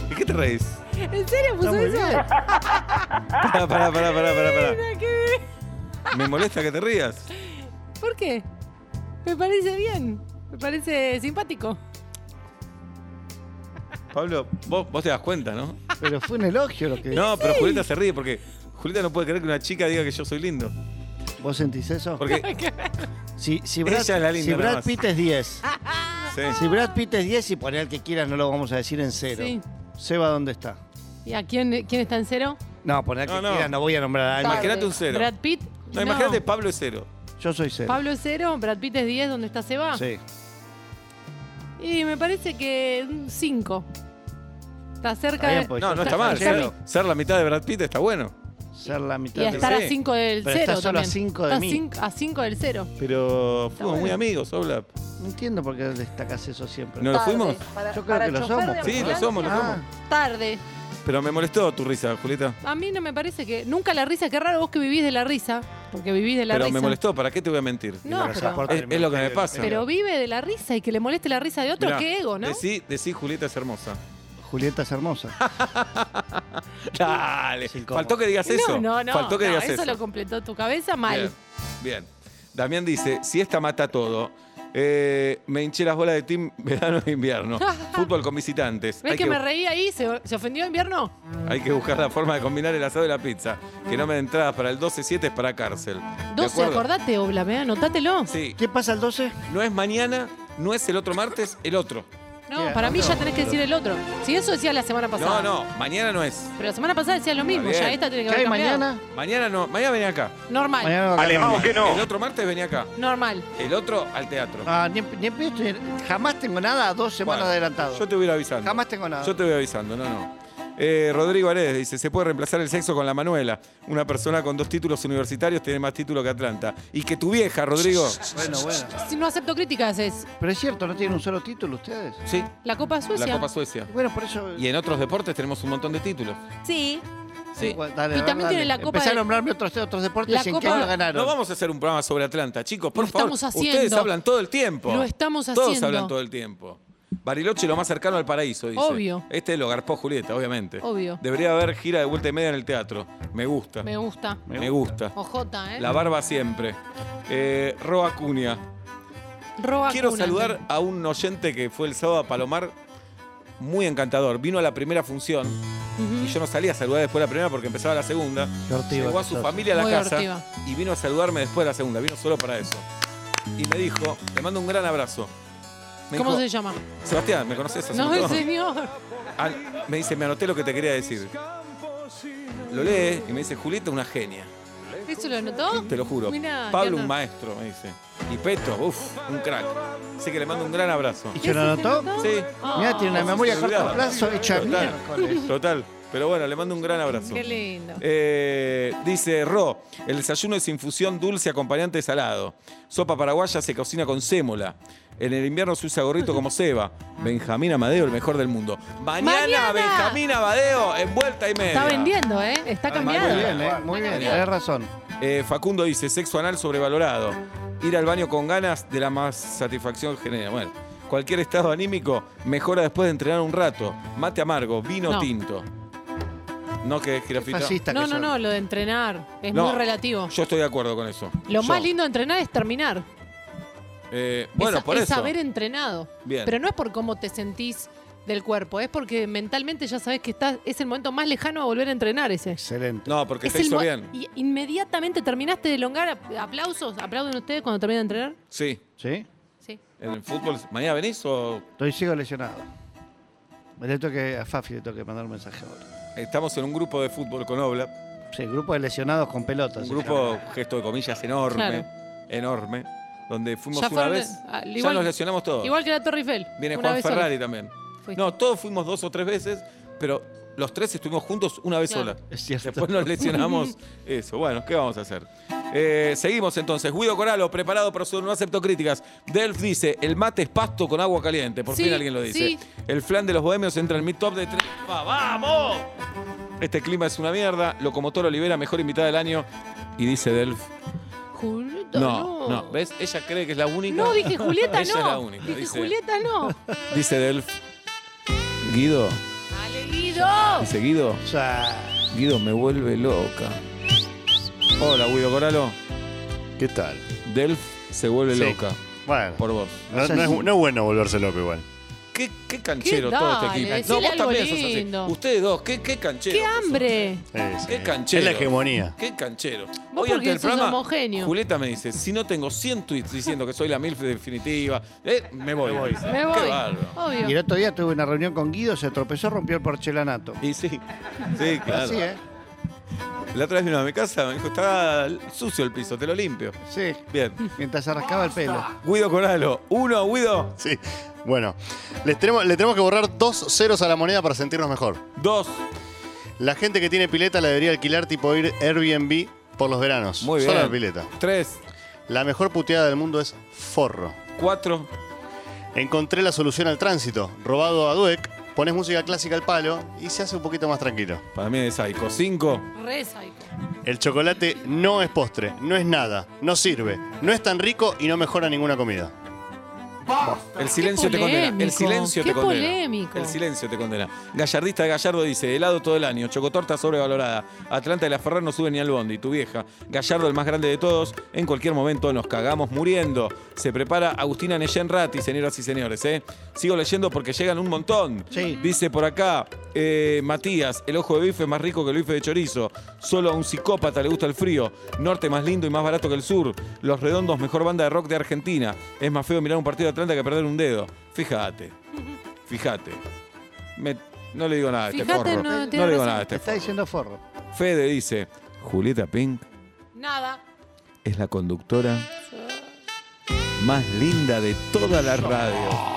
B: ¿De qué te reís?
C: ¿En serio puso eso?
B: Pará, pará, pará, pará, pará, pará.
C: Mira, qué bien.
B: Me molesta que te rías.
C: ¿Por qué? Me parece bien. Me parece simpático.
B: Pablo, vos, vos te das cuenta, ¿no?
D: Pero fue un elogio lo que
B: No, pero Julieta se ríe porque Julieta no puede creer que una chica diga que yo soy lindo.
D: ¿Vos sentís eso?
C: (laughs)
B: Porque
D: si, si Brad,
B: Ella es la linda
D: si
B: nada
D: Brad
B: más.
D: Pitt es 10.
B: Sí.
D: Si Brad Pitt es 10 y poner el que quieras, no lo vamos a decir en cero.
C: Sí.
D: Seba, ¿dónde está?
C: ¿Y a quién, quién está en cero?
D: No, poner el que
B: No, no.
D: quieras, no voy a nombrar a alguien.
B: Imagínate un cero.
C: Brad Pitt.
B: No, imagínate Pablo es cero.
D: Yo soy cero.
C: Pablo es cero, Brad Pitt es 10, ¿dónde está Seba?
D: Sí.
C: Y me parece que un 5. Está cerca de.
B: Pues No, no está mal.
C: cerca-
B: Ser, ser la mitad de Brad Pitt está bueno.
D: Ser la mitad
C: Y a estar a 5 del
B: Pero
C: 0.
B: está solo a cinco de mí.
C: A 5 del 0.
B: Pero fuimos muy
D: bueno.
B: amigos, Oblap.
D: No entiendo por qué destacas eso siempre.
B: ¿No lo Tarde, fuimos?
C: para-
D: Yo creo
C: para
D: que lo
C: chofer
D: somos.
C: de Sí, lo ambulancia. somos, lo
D: Ah,
C: Tarde.
B: Pero me molestó tu risa, Julieta.
C: A mí no me parece que. Nunca la risa, qué raro vos que vivís de la risa. Porque vivís de la
B: Pero
C: risa.
B: me molestó, ¿para qué te voy a mentir?
C: No, Pero pero-
B: es, es lo que me pasa.
C: Pero vive de la risa y que le moleste la risa de otro,
B: Mirá,
C: qué ego, ¿no?
B: Decí, decí Julieta es hermosa.
D: Julieta es hermosa.
B: Dale. Faltó que digas eso.
C: No, no, no.
B: Faltó que
C: no,
B: digas
C: eso,
B: eso.
C: lo completó tu cabeza mal. Ah.
B: Bien, bien. Damián dice, si esta mata todo, eh, me hinché las bolas de team (laughs) verano e
C: (laughs)
B: invierno. Fútbol con visitantes.
C: ¿Ves
B: Hay
C: que,
B: que
C: me reí ahí? ¿Se, se ofendió invierno?
B: Hay que buscar la forma de combinar el asado y la pizza. Que no me den entradas para el 12-7 es para cárcel. ¿De
C: 12,
B: acuerdo?
C: acordate, Oblame, anótatelo.
B: Sí.
D: ¿Qué pasa el 12?
B: No es mañana, no es el otro martes, el otro.
C: No, para mí ya tenés que decir el otro. Si eso decías la semana pasada.
B: No, no, mañana no es.
C: Pero la semana pasada decías lo mismo,
B: Está
C: ya
B: bien.
C: esta tiene que haber cambiado.
B: Mañana no, mañana venía acá.
C: Normal.
B: El otro martes venía acá.
C: Normal.
B: El otro al teatro.
D: Ah, ni, ni- ni- estoy- jamás tengo nada a dos semanas
B: Bueno,
D: adelantado.
B: Yo te voy a ir avisando.
D: Jamás tengo nada.
B: Yo te voy avisando, no, no. Eh, Rodrigo Aredes dice, se puede reemplazar el sexo con la Manuela. Una persona con dos títulos universitarios tiene más título que Atlanta. Y que tu vieja, Rodrigo.
D: Bueno, bueno.
C: Si no acepto críticas es
D: Pero es cierto, no tienen un solo título ustedes.
B: Sí,
C: la Copa Suecia.
B: la Copa Suecia.
D: Bueno, por eso.
B: Y en otros deportes tenemos un montón de títulos.
C: Sí.
B: Sí.
D: Bueno, dale,
C: Y
D: dale,
C: también
D: dale.
C: tiene la Copa
D: Empecé a
C: de-
D: nombrarme otros, otros deportes
C: La
D: y en
C: Copa-
D: qué año ganaron.
B: No vamos a hacer un programa sobre Atlanta, chicos, por
C: Lo
B: favor.
C: estamos haciendo.
B: Ustedes hablan todo el tiempo.
C: Lo estamos
B: Todos
C: haciendo.
B: hablan todo el tiempo. Bariloche lo más cercano al paraíso, dice.
C: Obvio.
B: Este lo garpó Julieta, obviamente.
C: Obvio.
B: Debería haber gira de vuelta y media en el teatro. Me gusta.
C: Me gusta.
B: Me gusta.
C: Ojota, ¿eh?
B: La barba siempre. Eh, Roa Cunha.
C: Roba
B: Quiero
C: cuna.
B: saludar a un oyente que fue el sábado a Palomar, muy encantador. Vino a la primera función y yo no salí a saludar después de la primera porque empezaba la segunda.
D: Qué ortiva
B: Llegó a
D: que
B: su
D: sos.
B: familia a la
D: Muy
B: casa
D: ortiva.
B: y vino a saludarme después de la segunda. Vino solo para eso. Y me dijo, te mando un gran abrazo. Me
C: ¿Cómo
B: dijo,
C: se llama?
B: Sebastián, ¿me conoces?
C: No, el (laughs) señor.
B: Ah, me dice, me anoté lo que te quería decir. Lo lee y me dice, Julieta, una genia.
C: ¿Eso lo anotó?
B: Te lo juro.
C: Mirá,
B: Pablo,
C: qué
B: un
C: onda.
B: maestro, me dice. Y Peto, uff, un crack. Así que le mando un gran abrazo.
D: ¿Y se lo anotó?
B: Ah, Sí.
D: Mirá, tiene una memoria a corto
B: Olvidaba.
D: plazo hecha
B: Total,
D: miércoles.
B: total. Pero bueno, le mando un gran abrazo.
C: Qué lindo.
B: Eh, dice Ro, el desayuno es infusión dulce acompañante de salado. Sopa paraguaya se cocina con sémola. En el invierno se usa gorrito como ceba. Benjamín Amadeo, el mejor del mundo. Mañana,
C: Mañana.
B: Benjamín Amadeo, en vuelta y media.
C: Está vendiendo, ¿eh?
B: Ah,
C: Está cambiado.
D: Muy bien, eh, muy bien, tenés razón.
B: Eh, Facundo dice, sexo anal sobrevalorado. Ir al baño con ganas de la más satisfacción genera. Bueno, cualquier estado anímico mejora después de entrenar un rato. Mate amargo, vino
C: No.
B: tinto. No que es jirafita.
C: No, no, no, lo de entrenar es
B: No,
C: muy relativo.
B: Yo estoy de acuerdo con eso. Yo.
C: Lo más lindo de entrenar es terminar.
B: Eh, bueno,
C: es,
B: por
C: es
B: eso.
C: haber entrenado.
B: Bien.
C: Pero no es por cómo te sentís del cuerpo, es porque mentalmente ya sabes que estás, es el momento más lejano a volver a entrenar ese.
D: Excelente.
B: No, porque
C: Es
B: se
C: el
B: hizo
C: mo-
B: bien.
C: Y inmediatamente terminaste de elongar. ap- Aplausos, aplauden ustedes cuando terminan de entrenar.
B: Sí.
D: ¿Sí?
C: Sí.
B: En el fútbol. ¿Mañana venís o
D: Estoy sigo lesionado. Me le toque a Fafi, le tengo que mandar un mensaje ahora.
B: estamos en un grupo de fútbol con Obla?
D: Sí, grupo de lesionados con pelotas.
B: Un
D: se
B: grupo, gesto de comillas, enorme.
C: Claro.
B: Enorme. Donde fuimos
C: Ya
B: una
C: fueron-
B: vez.
C: ah,
B: ya
C: igual-
B: nos lesionamos todos.
C: Igual que la Torre Eiffel.
B: Viene
C: Una
B: Juan
C: vez sola.
B: Ferrari también.
C: Fuiste.
B: No, todos fuimos dos o tres veces, pero los tres estuvimos juntos una vez
C: Claro.
B: sola. Después nos
C: (laughs)
B: lesionamos eso. Bueno, ¿qué vamos a hacer? Eh, seguimos entonces. Guido Coralo, preparado, pero no acepto críticas. Delf dice, el mate es pasto con agua caliente. Por
C: Sí,
B: fin alguien lo dice.
C: sí.
B: El flan de los bohemios entra en mi top de tres. ¡Va, ¡Vamos! Este clima es una mierda. Locomotor Olivera, mejor invitada del año. Y dice Delf,
C: Juro- Julieta,
B: No,
C: no.
B: no. ¿Ves? Ella cree que es la única.
C: No, dije Julieta,
B: Ella
C: no.
B: es la única.
C: Dije
B: dice,
C: Julieta, no.
B: Dice Delf. Guido.
C: Dale, Guido.
B: Dice Guido. Guido me vuelve loca. Hola, Guido Coralo.
L: ¿Qué tal?
B: Delf se vuelve
L: Sí.
B: loca.
L: Bueno.
B: Por vos.
L: No, no es, no es bueno volverse loco igual.
B: ¿Qué, qué canchero
C: ¿Qué?
B: todo este
C: Dale,
B: equipo.
C: decile
B: no, vos
C: algo
B: también sos
C: lindo.
B: así. Ustedes dos, qué, qué canchero.
C: ¡Qué hambre!
B: Qué canchero.
L: Es la hegemonía.
B: Qué canchero.
C: Vos
B: Hoy antes
C: porque
B: del
C: sos
B: programa,
C: homogéneo.
B: Julieta me dice, si no tengo 100 tweets diciendo que soy la MILF definitiva, eh, me voy. Me voy.
C: Me voy.
B: Qué bárbaro.
D: Y el otro día tuve una reunión con Guido, se tropezó, rompió el porcelanato.
B: Y sí, sí, claro.
D: Así, ¿eh?
B: La otra vez vino a mi casa, me dijo, está sucio el piso, te lo limpio.
D: Sí.
B: Bien.
D: Mientras se rascaba el pelo.
B: Guido Coralo, uno, Guido.
L: Sí. Bueno, les tenemos, le tenemos que borrar dos ceros a la moneda para sentirnos mejor.
B: Dos.
L: La gente que tiene pileta la debería alquilar tipo ir Airbnb por los veranos.
B: Muy
L: Solo
B: bien.
L: la pileta.
B: Tres.
L: La mejor puteada del mundo es forro.
B: Cuatro.
L: Encontré la solución al tránsito. Robado a Dueck, pones música clásica al palo y se hace un poquito más tranquilo.
B: Para mí es psycho. Cinco.
C: Reza. y-
L: El chocolate no es postre, no es nada, no sirve, no es tan rico y no mejora ninguna comida.
B: El silencio te condena. El
C: polémico,
B: silencio
C: qué
B: te condena.
C: polémico.
B: El silencio te condena. Gallardista de Gallardo dice, helado todo el año, chocotorta sobrevalorada. Atlanta de la Ferrer no sube ni al bondi, tu vieja. Gallardo el más grande de todos, en cualquier momento nos cagamos muriendo. Se prepara Agustina Neyen Ratti, señoras y señores, ¿eh? Sigo leyendo porque llegan un montón. Dice por acá, eh, Matías, el ojo de bife es más rico que el bife de chorizo. Solo a un psicópata le gusta el frío. Norte más lindo y más barato que el sur. Los redondos, mejor banda de rock de Argentina. Es más feo mirar un partido de Atlanta que perder un dedo. Fíjate. Fíjate. Me- no le digo nada a este
D: Fíjate,
B: forro.
D: no,
B: No,
D: tiene
B: le digo
D: razón.
B: nada a este
D: Está diciendo forro.
B: forro. Fede dice, Julieta Pink
C: Nada.
B: es la conductora más linda de toda la radio.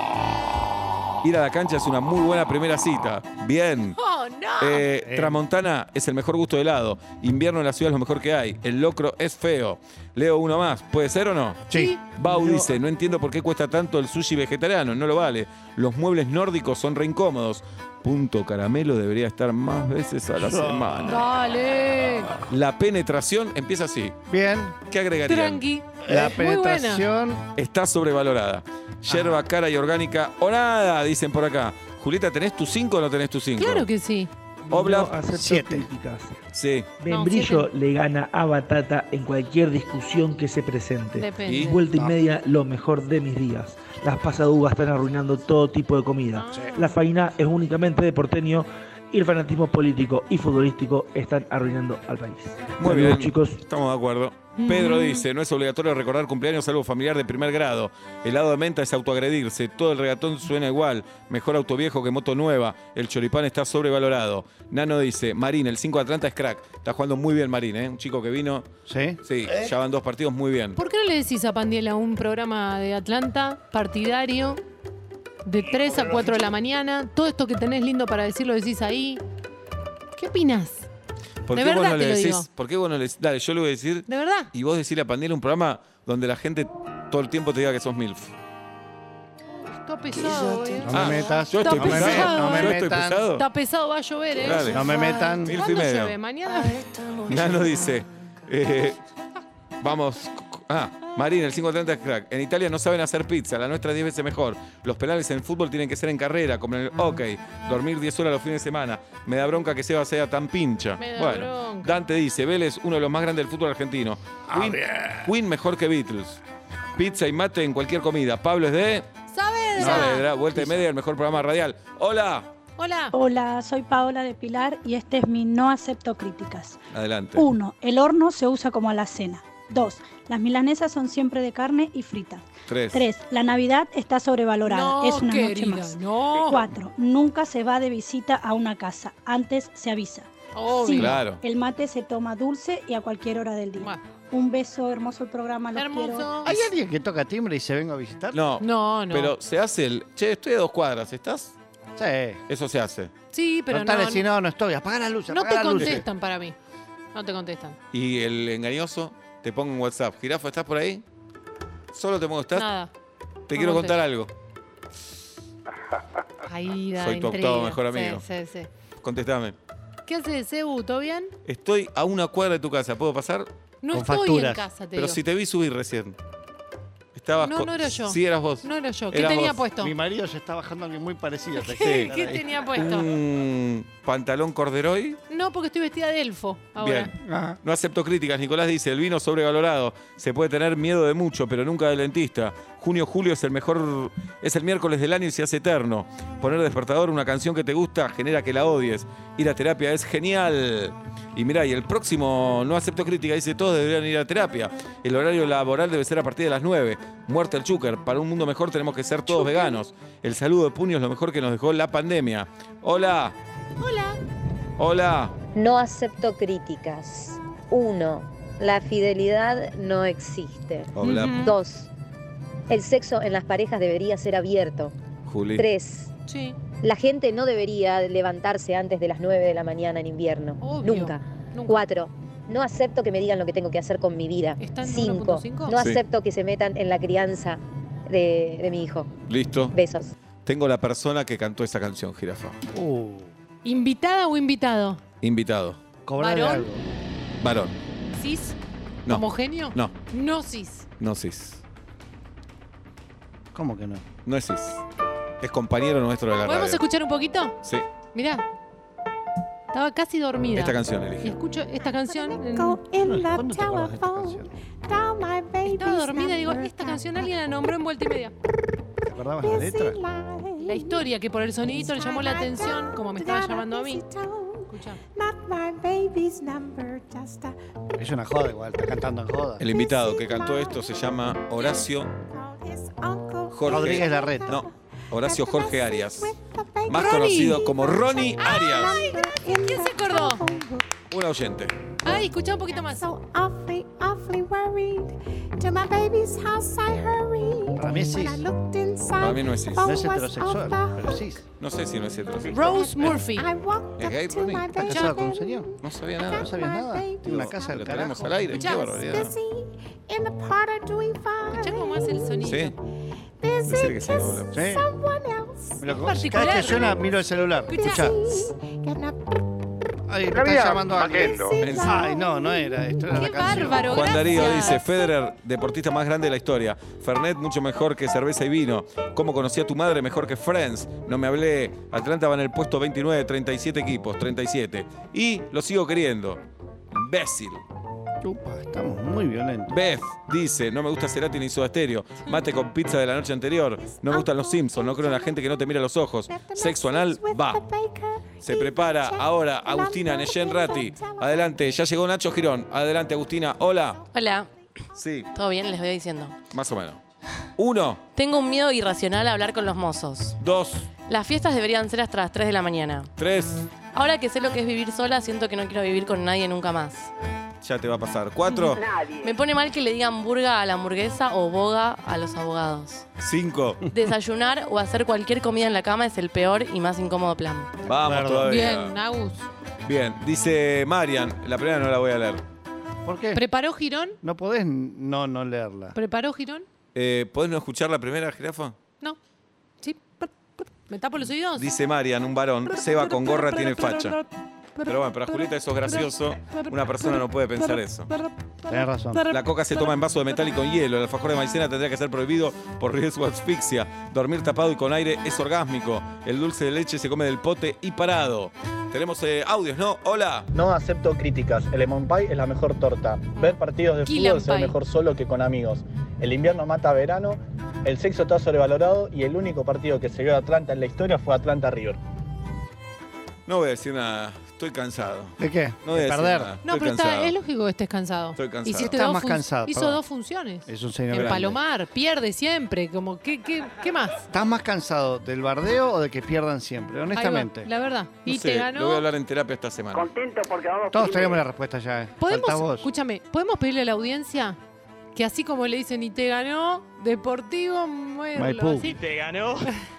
B: Ir a la cancha es una muy buena primera cita. Bien.
C: ¡Oh, no!
B: Eh, Tramontana es el mejor gusto de helado. Invierno en la ciudad es lo mejor que hay. El locro es feo. Leo uno más. ¿Puede ser o no?
L: Sí.
B: Bau dice, no entiendo por qué cuesta tanto el sushi vegetariano. No lo vale. Los muebles nórdicos son re incómodos. Punto caramelo debería estar más veces a la semana.
C: Dale.
B: La penetración empieza así.
D: Bien.
B: ¿Qué agregarían?
C: Tranqui.
D: La
B: Muy
D: penetración.
B: Está sobrevalorada.
C: Ah.
B: Yerba cara y orgánica o nada, dicen por acá. Julieta, ¿tenés tu 5 o no tenés tu 5?
C: Claro que sí.
B: Obla.
P: No acepto
B: Siete.
P: críticas.
B: Sí.
P: Membrillo le gana a Batata en cualquier discusión que se presente.
B: Depende. ¿Y?
P: Vuelta y
B: Ah.
P: media, lo mejor de mis días. Las pasadugas están arruinando todo tipo de comida.
C: Ah.
P: La faina es únicamente de porteño y el fanatismo político y futbolístico están arruinando al país.
B: Muy
P: Saludos,
B: bien,
P: chicos.
B: Estamos de acuerdo. Pedro
P: Mm.
B: dice, no es obligatorio recordar cumpleaños salvo familiar de primer grado. El lado de menta es autoagredirse, todo el regatón suena igual, mejor auto viejo que moto nueva, el choripán está sobrevalorado. Nano dice, Marín, el 5 de Atlanta es crack. Está jugando muy bien Marín, ¿eh? Un chico que vino.
D: ¿Sí?
B: Sí, ya van dos partidos muy bien.
C: ¿Por qué no le decís a Pandiela un programa de Atlanta partidario de 3 a 4 de la mañana? Todo esto que tenés lindo para decir lo decís ahí. ¿Qué opinás?
B: ¿Por
C: de
B: qué vos
C: verdad
B: no le
C: te lo
B: decís?
C: digo.
B: ¿Por qué vos no le decís? Dale, yo le voy a decir.
C: ¿De verdad?
B: Y vos decís a Pandela un programa donde la gente todo el tiempo te diga que sos MILF. Ah,
C: Está pesado, eh. Ah,
D: No me metas.
B: Yo estoy
D: no me,
B: pesado.
D: metas, no me
B: Yo estoy
D: metan.
B: pesado.
C: Está pesado, va a llover, eh.
B: Dale. No me metan. Milf y
C: ¿Cuándo
B: medio.
C: llueve? Mañana.
B: Nano dice, eh, vamos, ah, Marina, el 530 es crack. En Italia no saben hacer pizza, la nuestra es 10 veces mejor. Los penales en fútbol tienen que ser en carrera, como en el hockey. Dormir 10 horas los fines de semana. Me da bronca que Seba sea tan pincha.
C: Me da
B: bueno,
C: bronca.
B: Dante dice, Vélez, uno de los más grandes del fútbol argentino. Queen, Queen mejor que Beatles. Pizza y mate en cualquier comida. Pablo es de...
Q: Saavedra.
B: Saavedra, vuelta y media, el mejor programa radial. Hola,
C: Hola.
Q: Hola, soy Paola de Pilar y este es mi no acepto críticas.
B: adelante.
Q: 1. El horno se usa como alacena. 2. Las milanesas son siempre de carne y fritas.
B: Tres.
Q: 3. La Navidad está sobrevalorada.
C: No,
Q: es una noche
C: querida,
Q: más. 4. Nunca se va de visita a una casa. Antes se avisa.
C: Obvio.
Q: Cinco,
C: Claro.
Q: El mate se toma dulce y a cualquier hora del día. Un beso, hermoso el programa. Los quiero.
D: ¿Hay alguien que toca timbre y se venga a visitar?
B: No,
C: No, no.
B: Pero se hace el... Che, estoy a dos cuadras, ¿estás?
D: Sí.
B: Eso se hace.
C: Sí, pero
D: Contale,
C: no.
D: si no, no estoy. Apaga las luces.
C: No
D: apaga
C: te
D: las luces.
C: contestan para mí. No te contestan.
B: Y el engañoso te pongo en WhatsApp. Jirafa, ¿estás por ahí? Solo te pongo, ¿estás?
C: Nada.
B: Te
C: no
B: quiero contar
C: contesto.
B: algo.
C: Ahí da
B: Ah, Soy tu
C: intriga.
B: octavo mejor amigo.
C: Sí, sí, sí.
B: Contestame.
C: ¿Qué haces, Ebu? ¿Todo bien?
B: Estoy a una cuadra de tu casa. ¿Puedo pasar?
C: No
B: con
C: estoy
B: facturas.
C: en casa, te
B: Pero
C: digo.
B: si te vi subir recién. Estabas
C: No,
B: con-
C: no era yo.
B: Sí, eras vos.
C: No era yo. ¿Qué
B: Eras
C: tenía
B: vos.
C: puesto?
L: Mi marido ya está bajando alguien muy parecido.
D: este
L: te
C: ¿Qué,
L: juro.
C: qué tenía puesto?
B: Un pantalón corderoy.
C: No, porque estoy vestida de elfo
B: Ah,
C: ahora.
B: Bien. No acepto críticas. Nicolás dice, el vino sobrevalorado. Se puede tener miedo de mucho, pero nunca del dentista. Junio, julio es el mejor... Es el miércoles del año y se hace eterno. Poner despertador una canción que te gusta genera que la odies. Ir a terapia es genial. Y mirá, y el próximo no acepto crítica dice, todos deberían ir a terapia. El horario laboral debe ser a partir de las 9. Muerte al chúcar. Para un mundo mejor tenemos que ser todos veganos. El saludo de puño es lo mejor que nos dejó la pandemia. Hola. Hola. Hola.
R: No acepto críticas. Uno, la fidelidad no existe.
B: Hola. Ujú.
R: Dos, el sexo en las parejas debería ser abierto.
B: Juli.
R: Tres, la gente no debería levantarse antes de las 9 de la mañana en invierno. Nunca. Cuatro, no acepto que me digan lo que tengo que hacer con mi vida.
C: en
R: Cinco,
C: 1.5?
R: no
B: Sí.
R: acepto que se metan en la crianza de, de mi hijo.
B: Listo.
R: Besos.
B: Tengo la persona que cantó esa canción, Jirafa.
D: Uh,
C: ¿Invitada o invitado?
B: Invitado.
C: Cobrarle Varón. algo.
B: Varón.
C: ¿Cis?
B: No.
C: ¿Homogéneo?
B: No.
C: No cis.
B: No cis.
D: ¿Cómo que no?
B: No es cis. Es compañero nuestro de la
C: ¿Podemos
B: radio.
C: escuchar un poquito?
B: Sí.
C: Mirá. Estaba casi dormida.
B: Esta canción elige.
C: Y escucho esta canción. en- Estaba
S: Estaba
C: dormida y digo, esta canción alguien la nombró en vuelta y media.
D: ¿Te acordabas la letra?
C: La historia que por el sonidito le llamó la atención, como me estaba llamando a mí. Escucha.
D: Es una joda igual, está cantando en joda.
B: El invitado que cantó esto se llama Horacio Jorge.
D: Rodríguez Larreta.
B: No. Horacio Jorge Arias. Más conocido como Ronnie Arias.
C: ¿Quién se acordó?
B: Un oyente.
C: Ay, escucha un poquito más.
S: awfully, awfully worried. To my baby's house I hurried.
B: Para mí es
S: When I
B: cis.
S: looked inside,
B: Para mí no es cis.
S: all was off the
B: pero cis. No sé si no es heterosexual.
C: Rose Murphy.
B: ¿Es gay, Ronnie?
D: ¿Está casado con un señor?
B: No sabía nada.
D: No sabías nada. Tiene una casa del
B: Lo
D: carajo.
B: tenemos al aire. Qué barbaridad.
S: In the part of doing fine.
C: Escuchá cómo hace el sonido.
B: Sí.
S: Busy
B: Decir que sí,
S: just
B: hola.
D: Sí.
S: someone else.
D: Me lo- Cada vez que suena, miro el celular. Escucha.
S: Getting up
D: Ay, me
S: Gabriel,
D: está llamando a alguien.
S: Maquendo.
D: Ay, no, no era. Esto era la canción.
C: bárbaro,
B: Juan Darío dice, Federer, deportista más grande de la historia. Fernet, mucho mejor que cerveza y vino. ¿Cómo conocí a tu madre? Mejor que Friends. No me hablé. Atlanta va en el puesto 29 de 37 equipos. 37. Y lo sigo queriendo. Bécil.
D: Upa, estamos muy violentos.
B: Beth dice, no me gusta Cerati ni Soda Stereo. Mate con pizza de la noche anterior. No me gustan los Simpsons. No creo en la gente que no te mira a los ojos. Sexo anal, va. Se prepara ahora Agustina Neyen Ratti. Adelante, ya llegó Nacho Girón. Adelante, Agustina. Hola.
T: Hola,
B: Sí,
T: ¿todo bien? Les voy diciendo.
B: más o menos. Uno,
T: Tengo un miedo irracional a hablar con los mozos.
B: dos,
T: Las fiestas deberían ser hasta las 3 de la mañana.
B: tres.
T: Ahora que sé lo que es vivir sola, siento que no quiero vivir con nadie nunca más.
B: Ya te va a pasar. Cuatro,
T: Me pone mal que le digan burga a la hamburguesa o boga a los abogados.
B: cinco.
T: Desayunar o hacer cualquier comida en la cama es el peor y más incómodo plan.
B: Vamos todavía.
C: Bien, Agus.
B: Bien, dice Marian. La primera no la voy a leer.
D: ¿Por
B: Eh.
D: qué?
C: ¿Preparó Girón?
D: No podés no, no leerla.
C: ¿Preparó Girón?
B: Eh, ¿Podés no escuchar la primera, jirafa?
C: No. Sí. pr- pr- ¿Me tapo los oídos?
B: Dice Marian, un varón. Seba con gorra tiene facha. Pero bueno, para Julieta eso es gracioso. Una persona no puede pensar eso.
D: Tenés razón.
B: La coca se toma en vaso de metal y con hielo. El
C: ah.
B: alfajor de maicena tendría que ser prohibido por riesgo de asfixia. Dormir tapado y con aire es orgásmico. El dulce de leche se come del pote y parado. Tenemos eh, audios, ¿no? Hola.
U: No acepto críticas. El lemon pie es la mejor torta. Ver partidos de
B: Key lemon
U: fútbol se ve
B: pie.
U: mejor solo que con amigos. El invierno mata verano. El sexo está sobrevalorado y el único partido que se vio de Atlanta en la historia fue Atlanta River.
B: No voy a decir nada. Estoy cansado.
D: ¿De qué?
B: No voy a
D: De
B: decir
D: perder.
B: nada.
C: No,
B: Estoy
C: pero
B: cansado.
C: está, es lógico que estés cansado.
B: Estoy cansado.
C: Hiciste
D: Está
C: este dos
D: más
C: fun-
D: cansado,
C: Hizo
D: perdón.
C: dos funciones.
D: Es un señor
C: En
D: grande.
C: Palomar, pierde siempre. Como, ¿qué, qué, qué más?
D: ¿Estás más cansado del bardeo o de que pierdan siempre?
C: Ahí va,
D: Honestamente.
C: La verdad.
B: No
C: y
B: sé,
C: te
B: Lo voy a
C: ganó.
B: hablar en terapia esta semana.
D: Todos tenemos la respuesta ya. eh. Faltás
C: ¿Podemos,
D: vos.
C: escúchame, ¿podemos pedirle a la audiencia que así como le dicen y te ganó, Deportivo Merlo,
D: Maipú.
C: así,
J: Te ganó.
C: (laughs)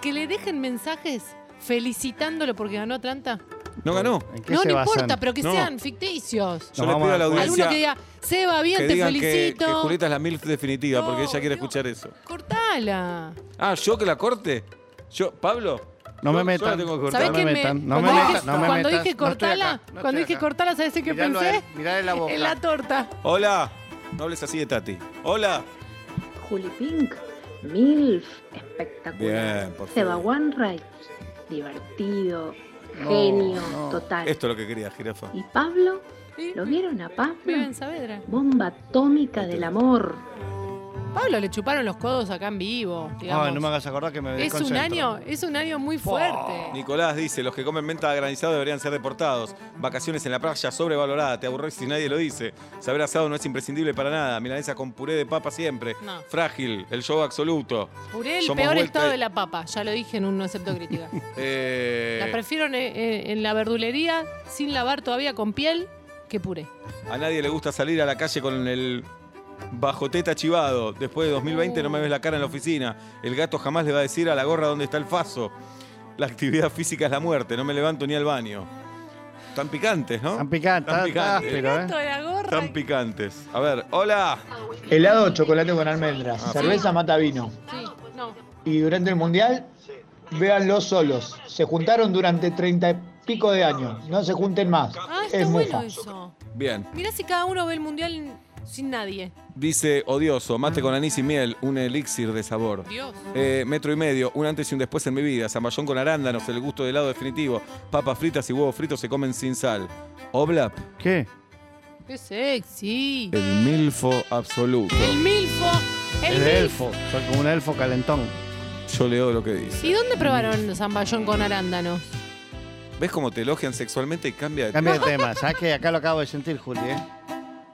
C: que le dejen mensajes felicitándolo porque ganó Atlanta?
B: No ganó.
D: ¿En
C: No, no importa, pero que sean ficticios.
B: Yo le pido a la audiencia
C: Alguno que diga, Seba, bien,
B: que
C: te
B: digan que-
C: felicito.
B: Que, Julieta es la MILF definitiva, porque ella quiere escuchar eso.
C: Cortala.
B: Ah, ¿yo que la corte? ¿Yo, Pablo?
D: No
B: Yo
D: me
B: la
D: metan.
B: tengo que
C: ¿Sabés
D: No me
C: qué me-
D: metan. No me
C: cuando dije-
D: metan. No me
C: Cuando dije
D: metas. No estoy
C: cortala,
D: acá, no
C: cuando
D: estoy
C: dije
D: acá.
C: cortala, ¿sabes en qué
D: Miralo a
C: pensé?
D: él, mirale la boca.
C: En la torta.
B: Hola. No hables así de Tati. Hola.
A: Juli Pink, MILF, espectacular.
B: Bien, por favor.
A: Seba One Right, divertido,
B: No,
A: genio,
B: no.
A: total.
B: Esto es lo que quería, jirafa.
A: Y Pablo, ¿lo vieron a Pablo?
C: Vive en Saavedra.
A: Bomba atómica del amor.
C: Pablo le chuparon los codos acá en vivo. digamos.
D: Ay, no me hagas acordar que me
C: es un
D: desconcentro.
C: año, es un año muy fuerte.
B: Nicolás dice, los que comen menta granizada deberían ser deportados. Vacaciones en la playa sobrevalorada, te aburrís si nadie lo dice. Saber asado no es imprescindible para nada. Milanesa con puré de papa siempre.
C: No.
B: Frágil, el show absoluto.
C: Puré el
B: Somos
C: peor
B: vuelta-
C: estado de la papa, ya lo dije en un no acepto (laughs) crítica.
B: Eh,
C: La prefiero en, en- en la verdulería sin lavar todavía con piel que puré.
B: a nadie le gusta salir a la calle con el bajoteta chivado. Después de 2020 no me ves la cara en la oficina. El gato jamás le va a decir a la gorra dónde está el faso. La actividad física es la muerte, no me levanto ni al baño. Tan picantes, ¿no? Tan picantes, tan picantes.
C: eh.
D: ¿eh?
B: Tan picantes. A ver, hola.
U: Helado, chocolate con almendras.
B: Ah,
U: cerveza,
B: sí.
U: mata vino.
C: Sí, no.
U: Y durante el mundial, véanlo solos. Se juntaron durante treinta y pico de años. No se junten más.
C: Ah, está
U: es
C: bueno
U: mufa.
C: eso.
B: Bien.
C: Mirá si cada uno ve el mundial sin nadie.
B: Dice odioso, mate con anís y miel, un elixir de sabor.
C: Dios.
B: Eh, metro y medio, un antes y un después en mi vida. Zamballón con arándanos, el gusto de helado definitivo. Papas fritas y huevos fritos se comen sin sal. Oblap.
D: ¿Qué?
C: Qué sexy.
B: El milfo absoluto.
C: El milfo. El,
D: El
C: milfo.
D: elfo. Soy como un elfo calentón.
B: Yo leo lo que dice.
C: ¿Y dónde probaron zamballón con arándanos?
B: ¿Ves cómo te elogian sexualmente y cambia de
D: Cambia de tema. Sabes que acá lo acabo de sentir, Juli, ¿eh?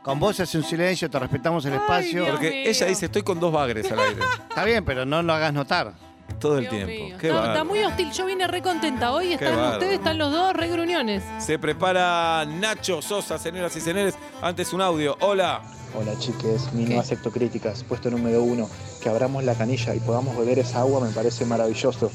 D: Con vos hace un silencio, te respetamos el espacio.
B: Porque ella dice, estoy con dos bagres al aire.
D: Está bien, pero no lo hagas notar.
B: Todo el tiempo. Qué
C: No,
B: bárbaro.
C: está muy hostil. Yo vine re contenta. Hoy están
B: bárbaro.
C: ustedes, están los dos re gruñones.
B: Se prepara Nacho Sosa, señoras y señores. Antes un audio. Hola.
V: Hola chiques, mi no acepto críticas. Puesto número uno, que abramos la canilla y podamos beber esa agua me parece maravilloso.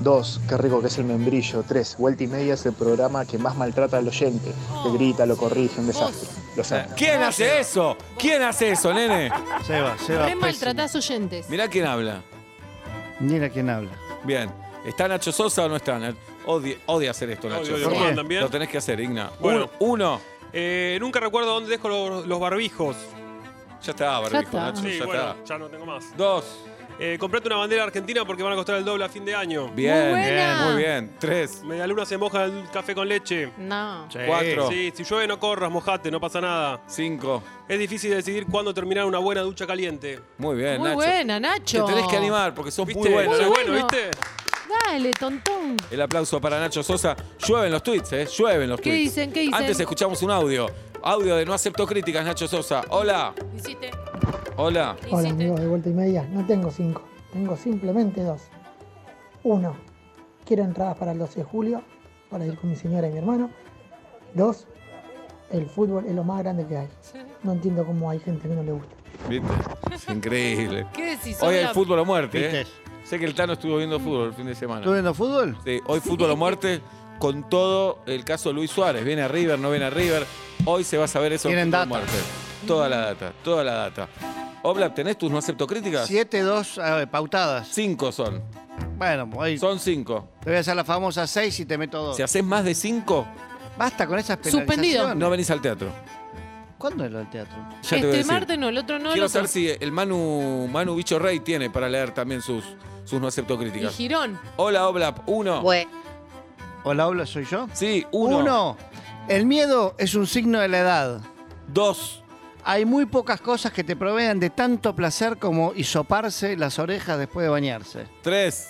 V: Dos, qué rico que es el membrillo. Tres, vuelta y media es el programa que más maltrata al oyente. Le grita, lo corrige, un desastre. Lo sé.
B: ¿Quién hace eso? ¿Quién hace eso, nene?
D: Seba,
C: Re maltratás oyentes.
B: Mirá quién habla.
D: Mira quién habla.
B: Bien. ¿Está Nacho Sosa o no está? Nad- Odia, odia hacer esto, Nacho.
W: Odio, odio. ¿Cómo andan bien?
B: Lo tenés que hacer, Igna.
W: Bueno.
B: Un- uno.
W: Eh, nunca recuerdo dónde dejo los, los barbijos.
B: Ya está, barbijo, Nacho.
W: Sí,
B: ya
W: bueno,
B: está.
W: ya no tengo más.
B: Dos.
W: Eh, comprate una bandera argentina porque van a costar el doble a fin de año.
B: Bien, bien, muy bien. Tres.
W: Medialuna se moja el café con leche.
C: No.
B: Cuatro.
W: Sí, si llueve no corras, mojate, no pasa nada.
B: Cinco.
W: Es difícil decidir cuándo terminar una buena ducha caliente.
B: Muy bien,
C: Muy
B: Nacho.
C: buena, Nacho.
B: Te tenés que animar porque sos muy
W: ¿Viste?
B: bueno.
W: Soy
B: Sos
W: bueno, ¿viste?
C: Dale, tontón.
B: El aplauso para Nacho Sosa. Llueven los tweets, ¿eh? Llueven los
C: ¿Qué
B: tweets.
C: dicen? ¿Qué dicen?
B: Antes escuchamos un audio. Audio de No acepto críticas, Nacho Sosa. Hola.
C: Hiciste.
B: Hola.
X: Hola amigos de vuelta y media, no tengo cinco, tengo simplemente dos. Uno, quiero entradas para el 12 de julio para ir con mi señora y mi hermano. Dos, el fútbol es lo más grande que hay. No entiendo cómo hay gente que no le gusta.
B: ¿Viste? Es (laughs) increíble.
C: ¿Qué decís?
B: Hoy hay
C: Hola.
B: fútbol o muerte, ¿eh? Sé que el Tano estuvo viendo fútbol el fin de semana.
D: ¿Tú viendo fútbol?
B: Sí, hoy fútbol o muerte con todo el caso de Luis Suárez. Viene a River, no viene a River. Hoy se va a saber eso.
D: Tienen
B: fútbol o
D: data.
B: muerte. Toda la data, toda la data. Oblap, ¿tenés tus no acepto críticas?
D: Siete, dos eh, pautadas.
B: Cinco son.
D: Bueno, hoy
B: Son cinco.
D: te voy a hacer la famosa seis y te meto dos.
B: Si haces más de cinco,
D: Basta con esas penalizaciones.
B: no venís al teatro.
D: ¿Cuándo es lo del teatro?
B: Ya te voy a
C: Este
B: decir.
C: martes no, el otro no.
B: Quiero
C: el otro.
B: saber si el Manu, Manu Bicho Rey tiene para leer también sus, sus no acepto
C: Y
B: críticas.
C: Girón.
B: Hola, Oblap. Uno.
D: Hola, Oblap, ¿soy yo?
B: Sí, uno.
D: Uno, el miedo es un signo de la edad.
B: Dos,
D: hay muy pocas cosas que te provean de tanto placer como hisoparse las orejas después de bañarse.
B: Tres.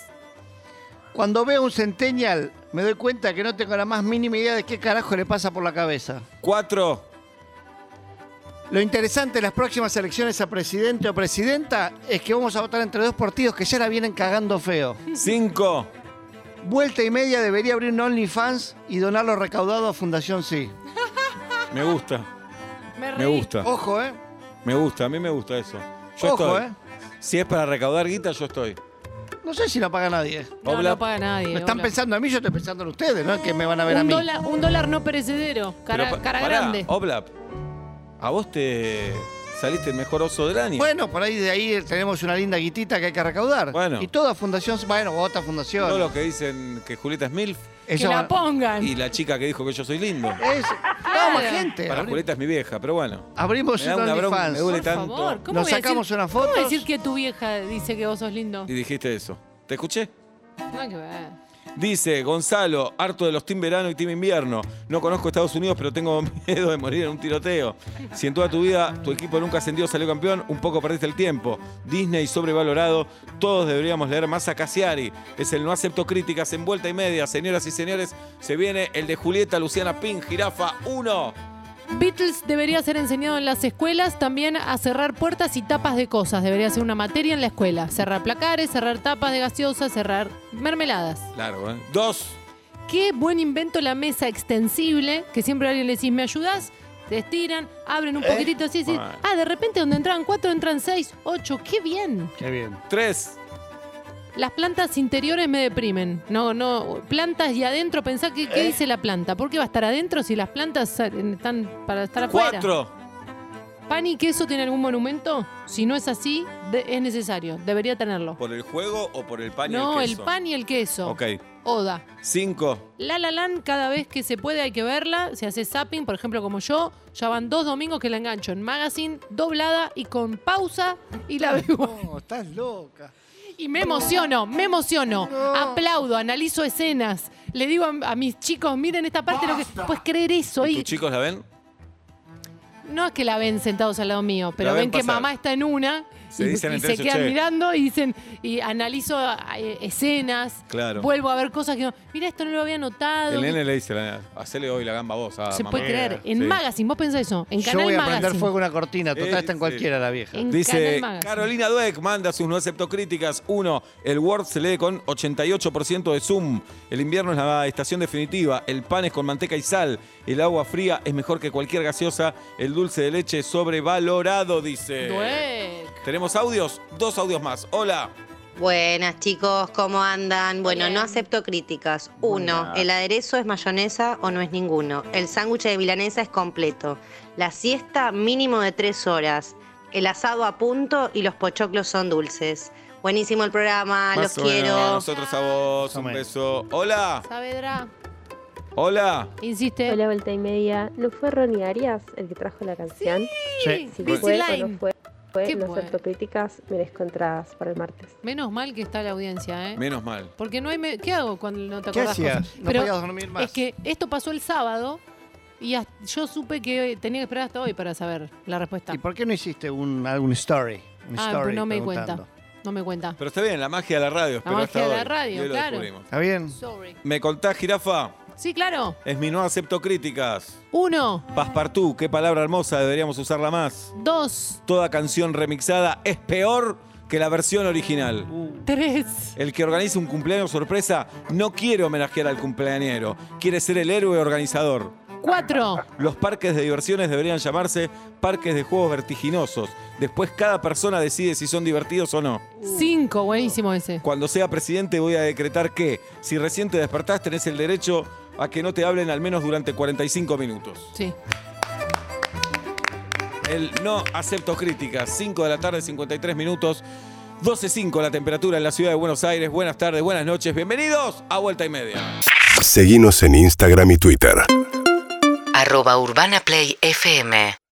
D: Cuando veo un centennial, me doy cuenta que no tengo la más mínima idea de qué carajo le pasa por la cabeza.
B: Cuatro.
D: Lo interesante de las próximas elecciones a presidente o presidenta es que vamos a votar entre dos partidos que ya la vienen cagando feo.
B: Cinco.
D: Vuelta y media debería abrir un OnlyFans y donar lo recaudado a Fundación Sí.
B: Me gusta.
C: Me,
B: Me gusta.
D: Ojo, ¿eh?
B: Me gusta, a mí me gusta eso. Yo
D: Ojo,
B: estoy.
D: ¿eh?
B: Si es para recaudar guita, yo estoy.
D: No sé si la paga nadie.
C: No,
B: Oblap.
C: no paga nadie.
D: Lo están
C: Oblap.
D: pensando a mí, yo estoy pensando en ustedes, ¿no? Que me van a ver a
C: un
D: mí.
C: dólar, un dólar no perecedero. Cara,
B: Pero pa- Oh,
C: cara
B: pará,
C: grande.
B: Oblap, a vos te, Saliste el mejor oso del año.
D: Bueno, por ahí de ahí tenemos una linda guitita que hay que recaudar.
B: Bueno.
D: Y toda fundación, bueno, otra fundación.
B: Todos los que dicen que Julieta es MILF.
D: Eso- Que la
C: pongan.
B: Y la chica que dijo que yo soy lindo.
D: Es- no, más gente.
B: Para Julieta es mi vieja, pero bueno.
D: Abrimos
B: Me da
D: un
B: una bronca,
D: OnlyFans.
B: me duele
D: Por
B: tanto.
D: favor.
C: ¿Cómo
D: Nos
C: voy a
D: sacamos
C: decir-
D: unas
C: ¿Cómo
D: fotos?
C: decir que tu vieja dice que vos sos lindo?
B: Y dijiste eso. ¿Te escuché?
C: Nada que ver.
B: Dice Gonzalo, harto de los team verano y team invierno. No conozco Estados Unidos, pero tengo (laughs) miedo de morir en un tiroteo. Si en toda tu vida tu equipo nunca ascendió, salió campeón, un poco perdiste el tiempo. Disney sobrevalorado, todos deberíamos leer más a Cassiari. Es el no acepto críticas en vuelta y media. Señoras y señores, se viene el de Julieta Luciana Pin, Jirafa 1.
C: Beatles debería ser enseñado en las escuelas, también a cerrar puertas y tapas de cosas. Debería ser una materia en la escuela. Cerrar placares, cerrar tapas de gaseosa, cerrar mermeladas.
B: Largo, ¿eh? Dos.
C: Qué buen invento la mesa extensible, que siempre a alguien le decís, ¿me ayudás? Te estiran, abren un
B: ¿Eh?
C: poquitito así, decís,
B: Bueno.
C: ah, de repente donde entraban cuatro entran seis, ocho, qué bien.
B: Qué
C: (laughs)
B: bien. Tres.
C: Las plantas interiores me deprimen. No, no, plantas y adentro, pensá que,
B: ¿Eh?
C: qué dice la planta. ¿Por qué va a estar adentro si las plantas salen- están para estar afuera?
B: Cuatro.
C: ¿Pan y queso tiene algún monumento? Si no es así, de- es necesario. Debería tenerlo.
B: ¿Por el juego o por el pan y
C: no,
B: el
C: el,
B: queso?
C: pan y el queso.
B: Ok.
C: Oda.
B: Cinco.
C: La La Land, cada vez que se puede hay que verla. Se hace zapping, por ejemplo, como yo. Ya van dos domingos que la engancho en magazine, doblada y con pausa y
B: (laughs)
C: la veo.
D: No, (laughs) estás loca.
C: Y me emociono, me emociono.
D: No.
C: Aplaudo, analizo escenas. Le digo a, a mis chicos, miren esta parte, lo que. Puedes creer eso.
B: ¿Tus
C: Y
B: chicos la ven?
C: no es que la ven sentados al lado mío, pero
B: La ven
C: ven, que
B: pasar.
C: mamá está en una.
B: Se
C: y,
B: dicen
C: y
B: entre
C: se
B: ellos,
C: quedan
B: "Che".
C: mirando y dicen, y analizo eh, escenas.
B: Claro.
C: Vuelvo a ver cosas que no. Mira, esto no lo había notado.
B: El nene le dice, la nena, hacele hoy la gamba a vos. a
C: Se
B: mamá".
C: puede creer. En
B: Sí.
C: Magazine, vos pensás eso. En
D: Yo
C: Canal
D: voy a
C: Magazine.
D: prender fuego una cortina. Total,
B: Eh,
D: está en
B: sí.
D: cualquiera la vieja.
C: En Canal
B: Dice
C: Magazine.
B: Carolina Dueck, manda sus no acepto críticas. Uno, el Word se lee con 88% de Zoom. El invierno es la estación definitiva. El pan es con manteca y sal. El agua fría es mejor que cualquier gaseosa. El dulce de leche es sobrevalorado, dice.
C: Dueck.
B: Tenemos audios, dos audios más. Hola.
E: Buenas chicos, ¿cómo andan? Bueno, no acepto críticas. Uno,
B: Buenas.
E: el aderezo es mayonesa o no es ninguno. El sándwich de milanesa es completo. La siesta mínimo de tres horas. El asado a punto y los pochoclos son dulces. Buenísimo el programa,
B: Más
E: Ah, los
B: o menos,
E: quiero.
B: Nosotros a vos, un beso. Hola.
C: Saavedra.
B: Hola.
C: Insiste.
F: Hola, vuelta y media. ¿No fue Ronnie Arias el que trajo la canción?
B: Sí.
F: Si
B: Busy
F: fue o
C: Line.
F: no fue, fue
C: Qué
F: no
C: bueno.
F: acepto críticas, merezco entradas para el martes.
C: Menos mal que está la audiencia, ¿eh?
B: Menos mal.
C: Porque no hay. me- ¿Qué hago cuando no te
D: ¿Qué
C: acordás?
D: hacías?
C: cosas?
D: No podías dormir más.
C: Es que esto pasó el sábado y hasta- yo supe que tenía que esperar hasta hoy para saber la respuesta.
D: ¿Y por qué no hiciste un, algún story? Un
C: ah,
D: story
C: pues no me di
D: preguntando.
C: cuenta. No me di cuenta.
B: Pero está bien, la magia de la radio.
C: La
B: espero hasta
C: magia de la
B: hoy. Y hoy
C: radio,
B: lo
C: claro.
B: descubrimos.
D: ¿Está bien?
C: Sorry.
B: ¿Me contás, jirafa?
C: Sí, claro.
B: Es mi no acepto críticas.
C: Uno,
B: Paspartú, qué palabra hermosa, deberíamos usarla más.
C: dos,
B: Toda canción remixada es peor que la versión original.
C: tres.
B: El que organiza un cumpleaños sorpresa no quiere homenajear al cumpleañero, quiere ser el héroe organizador.
D: (laughs)
C: Cuatro.
B: Los parques de diversiones deberían llamarse parques de juegos vertiginosos. Después cada persona decide si son divertidos o no.
C: Cinco. Buenísimo ese.
B: Cuando sea presidente voy a decretar que si recién te despertás tenés el derecho a que no te hablen al menos durante 45 minutos.
C: Sí.
B: El no acepto críticas. 5 de la tarde, 53 minutos. 12.05 la temperatura en la ciudad de Buenos Aires. Buenas tardes, buenas noches. Bienvenidos a Vuelta y Media.
G: Seguinos en Instagram y Twitter.
H: Arroba Urbana Play FM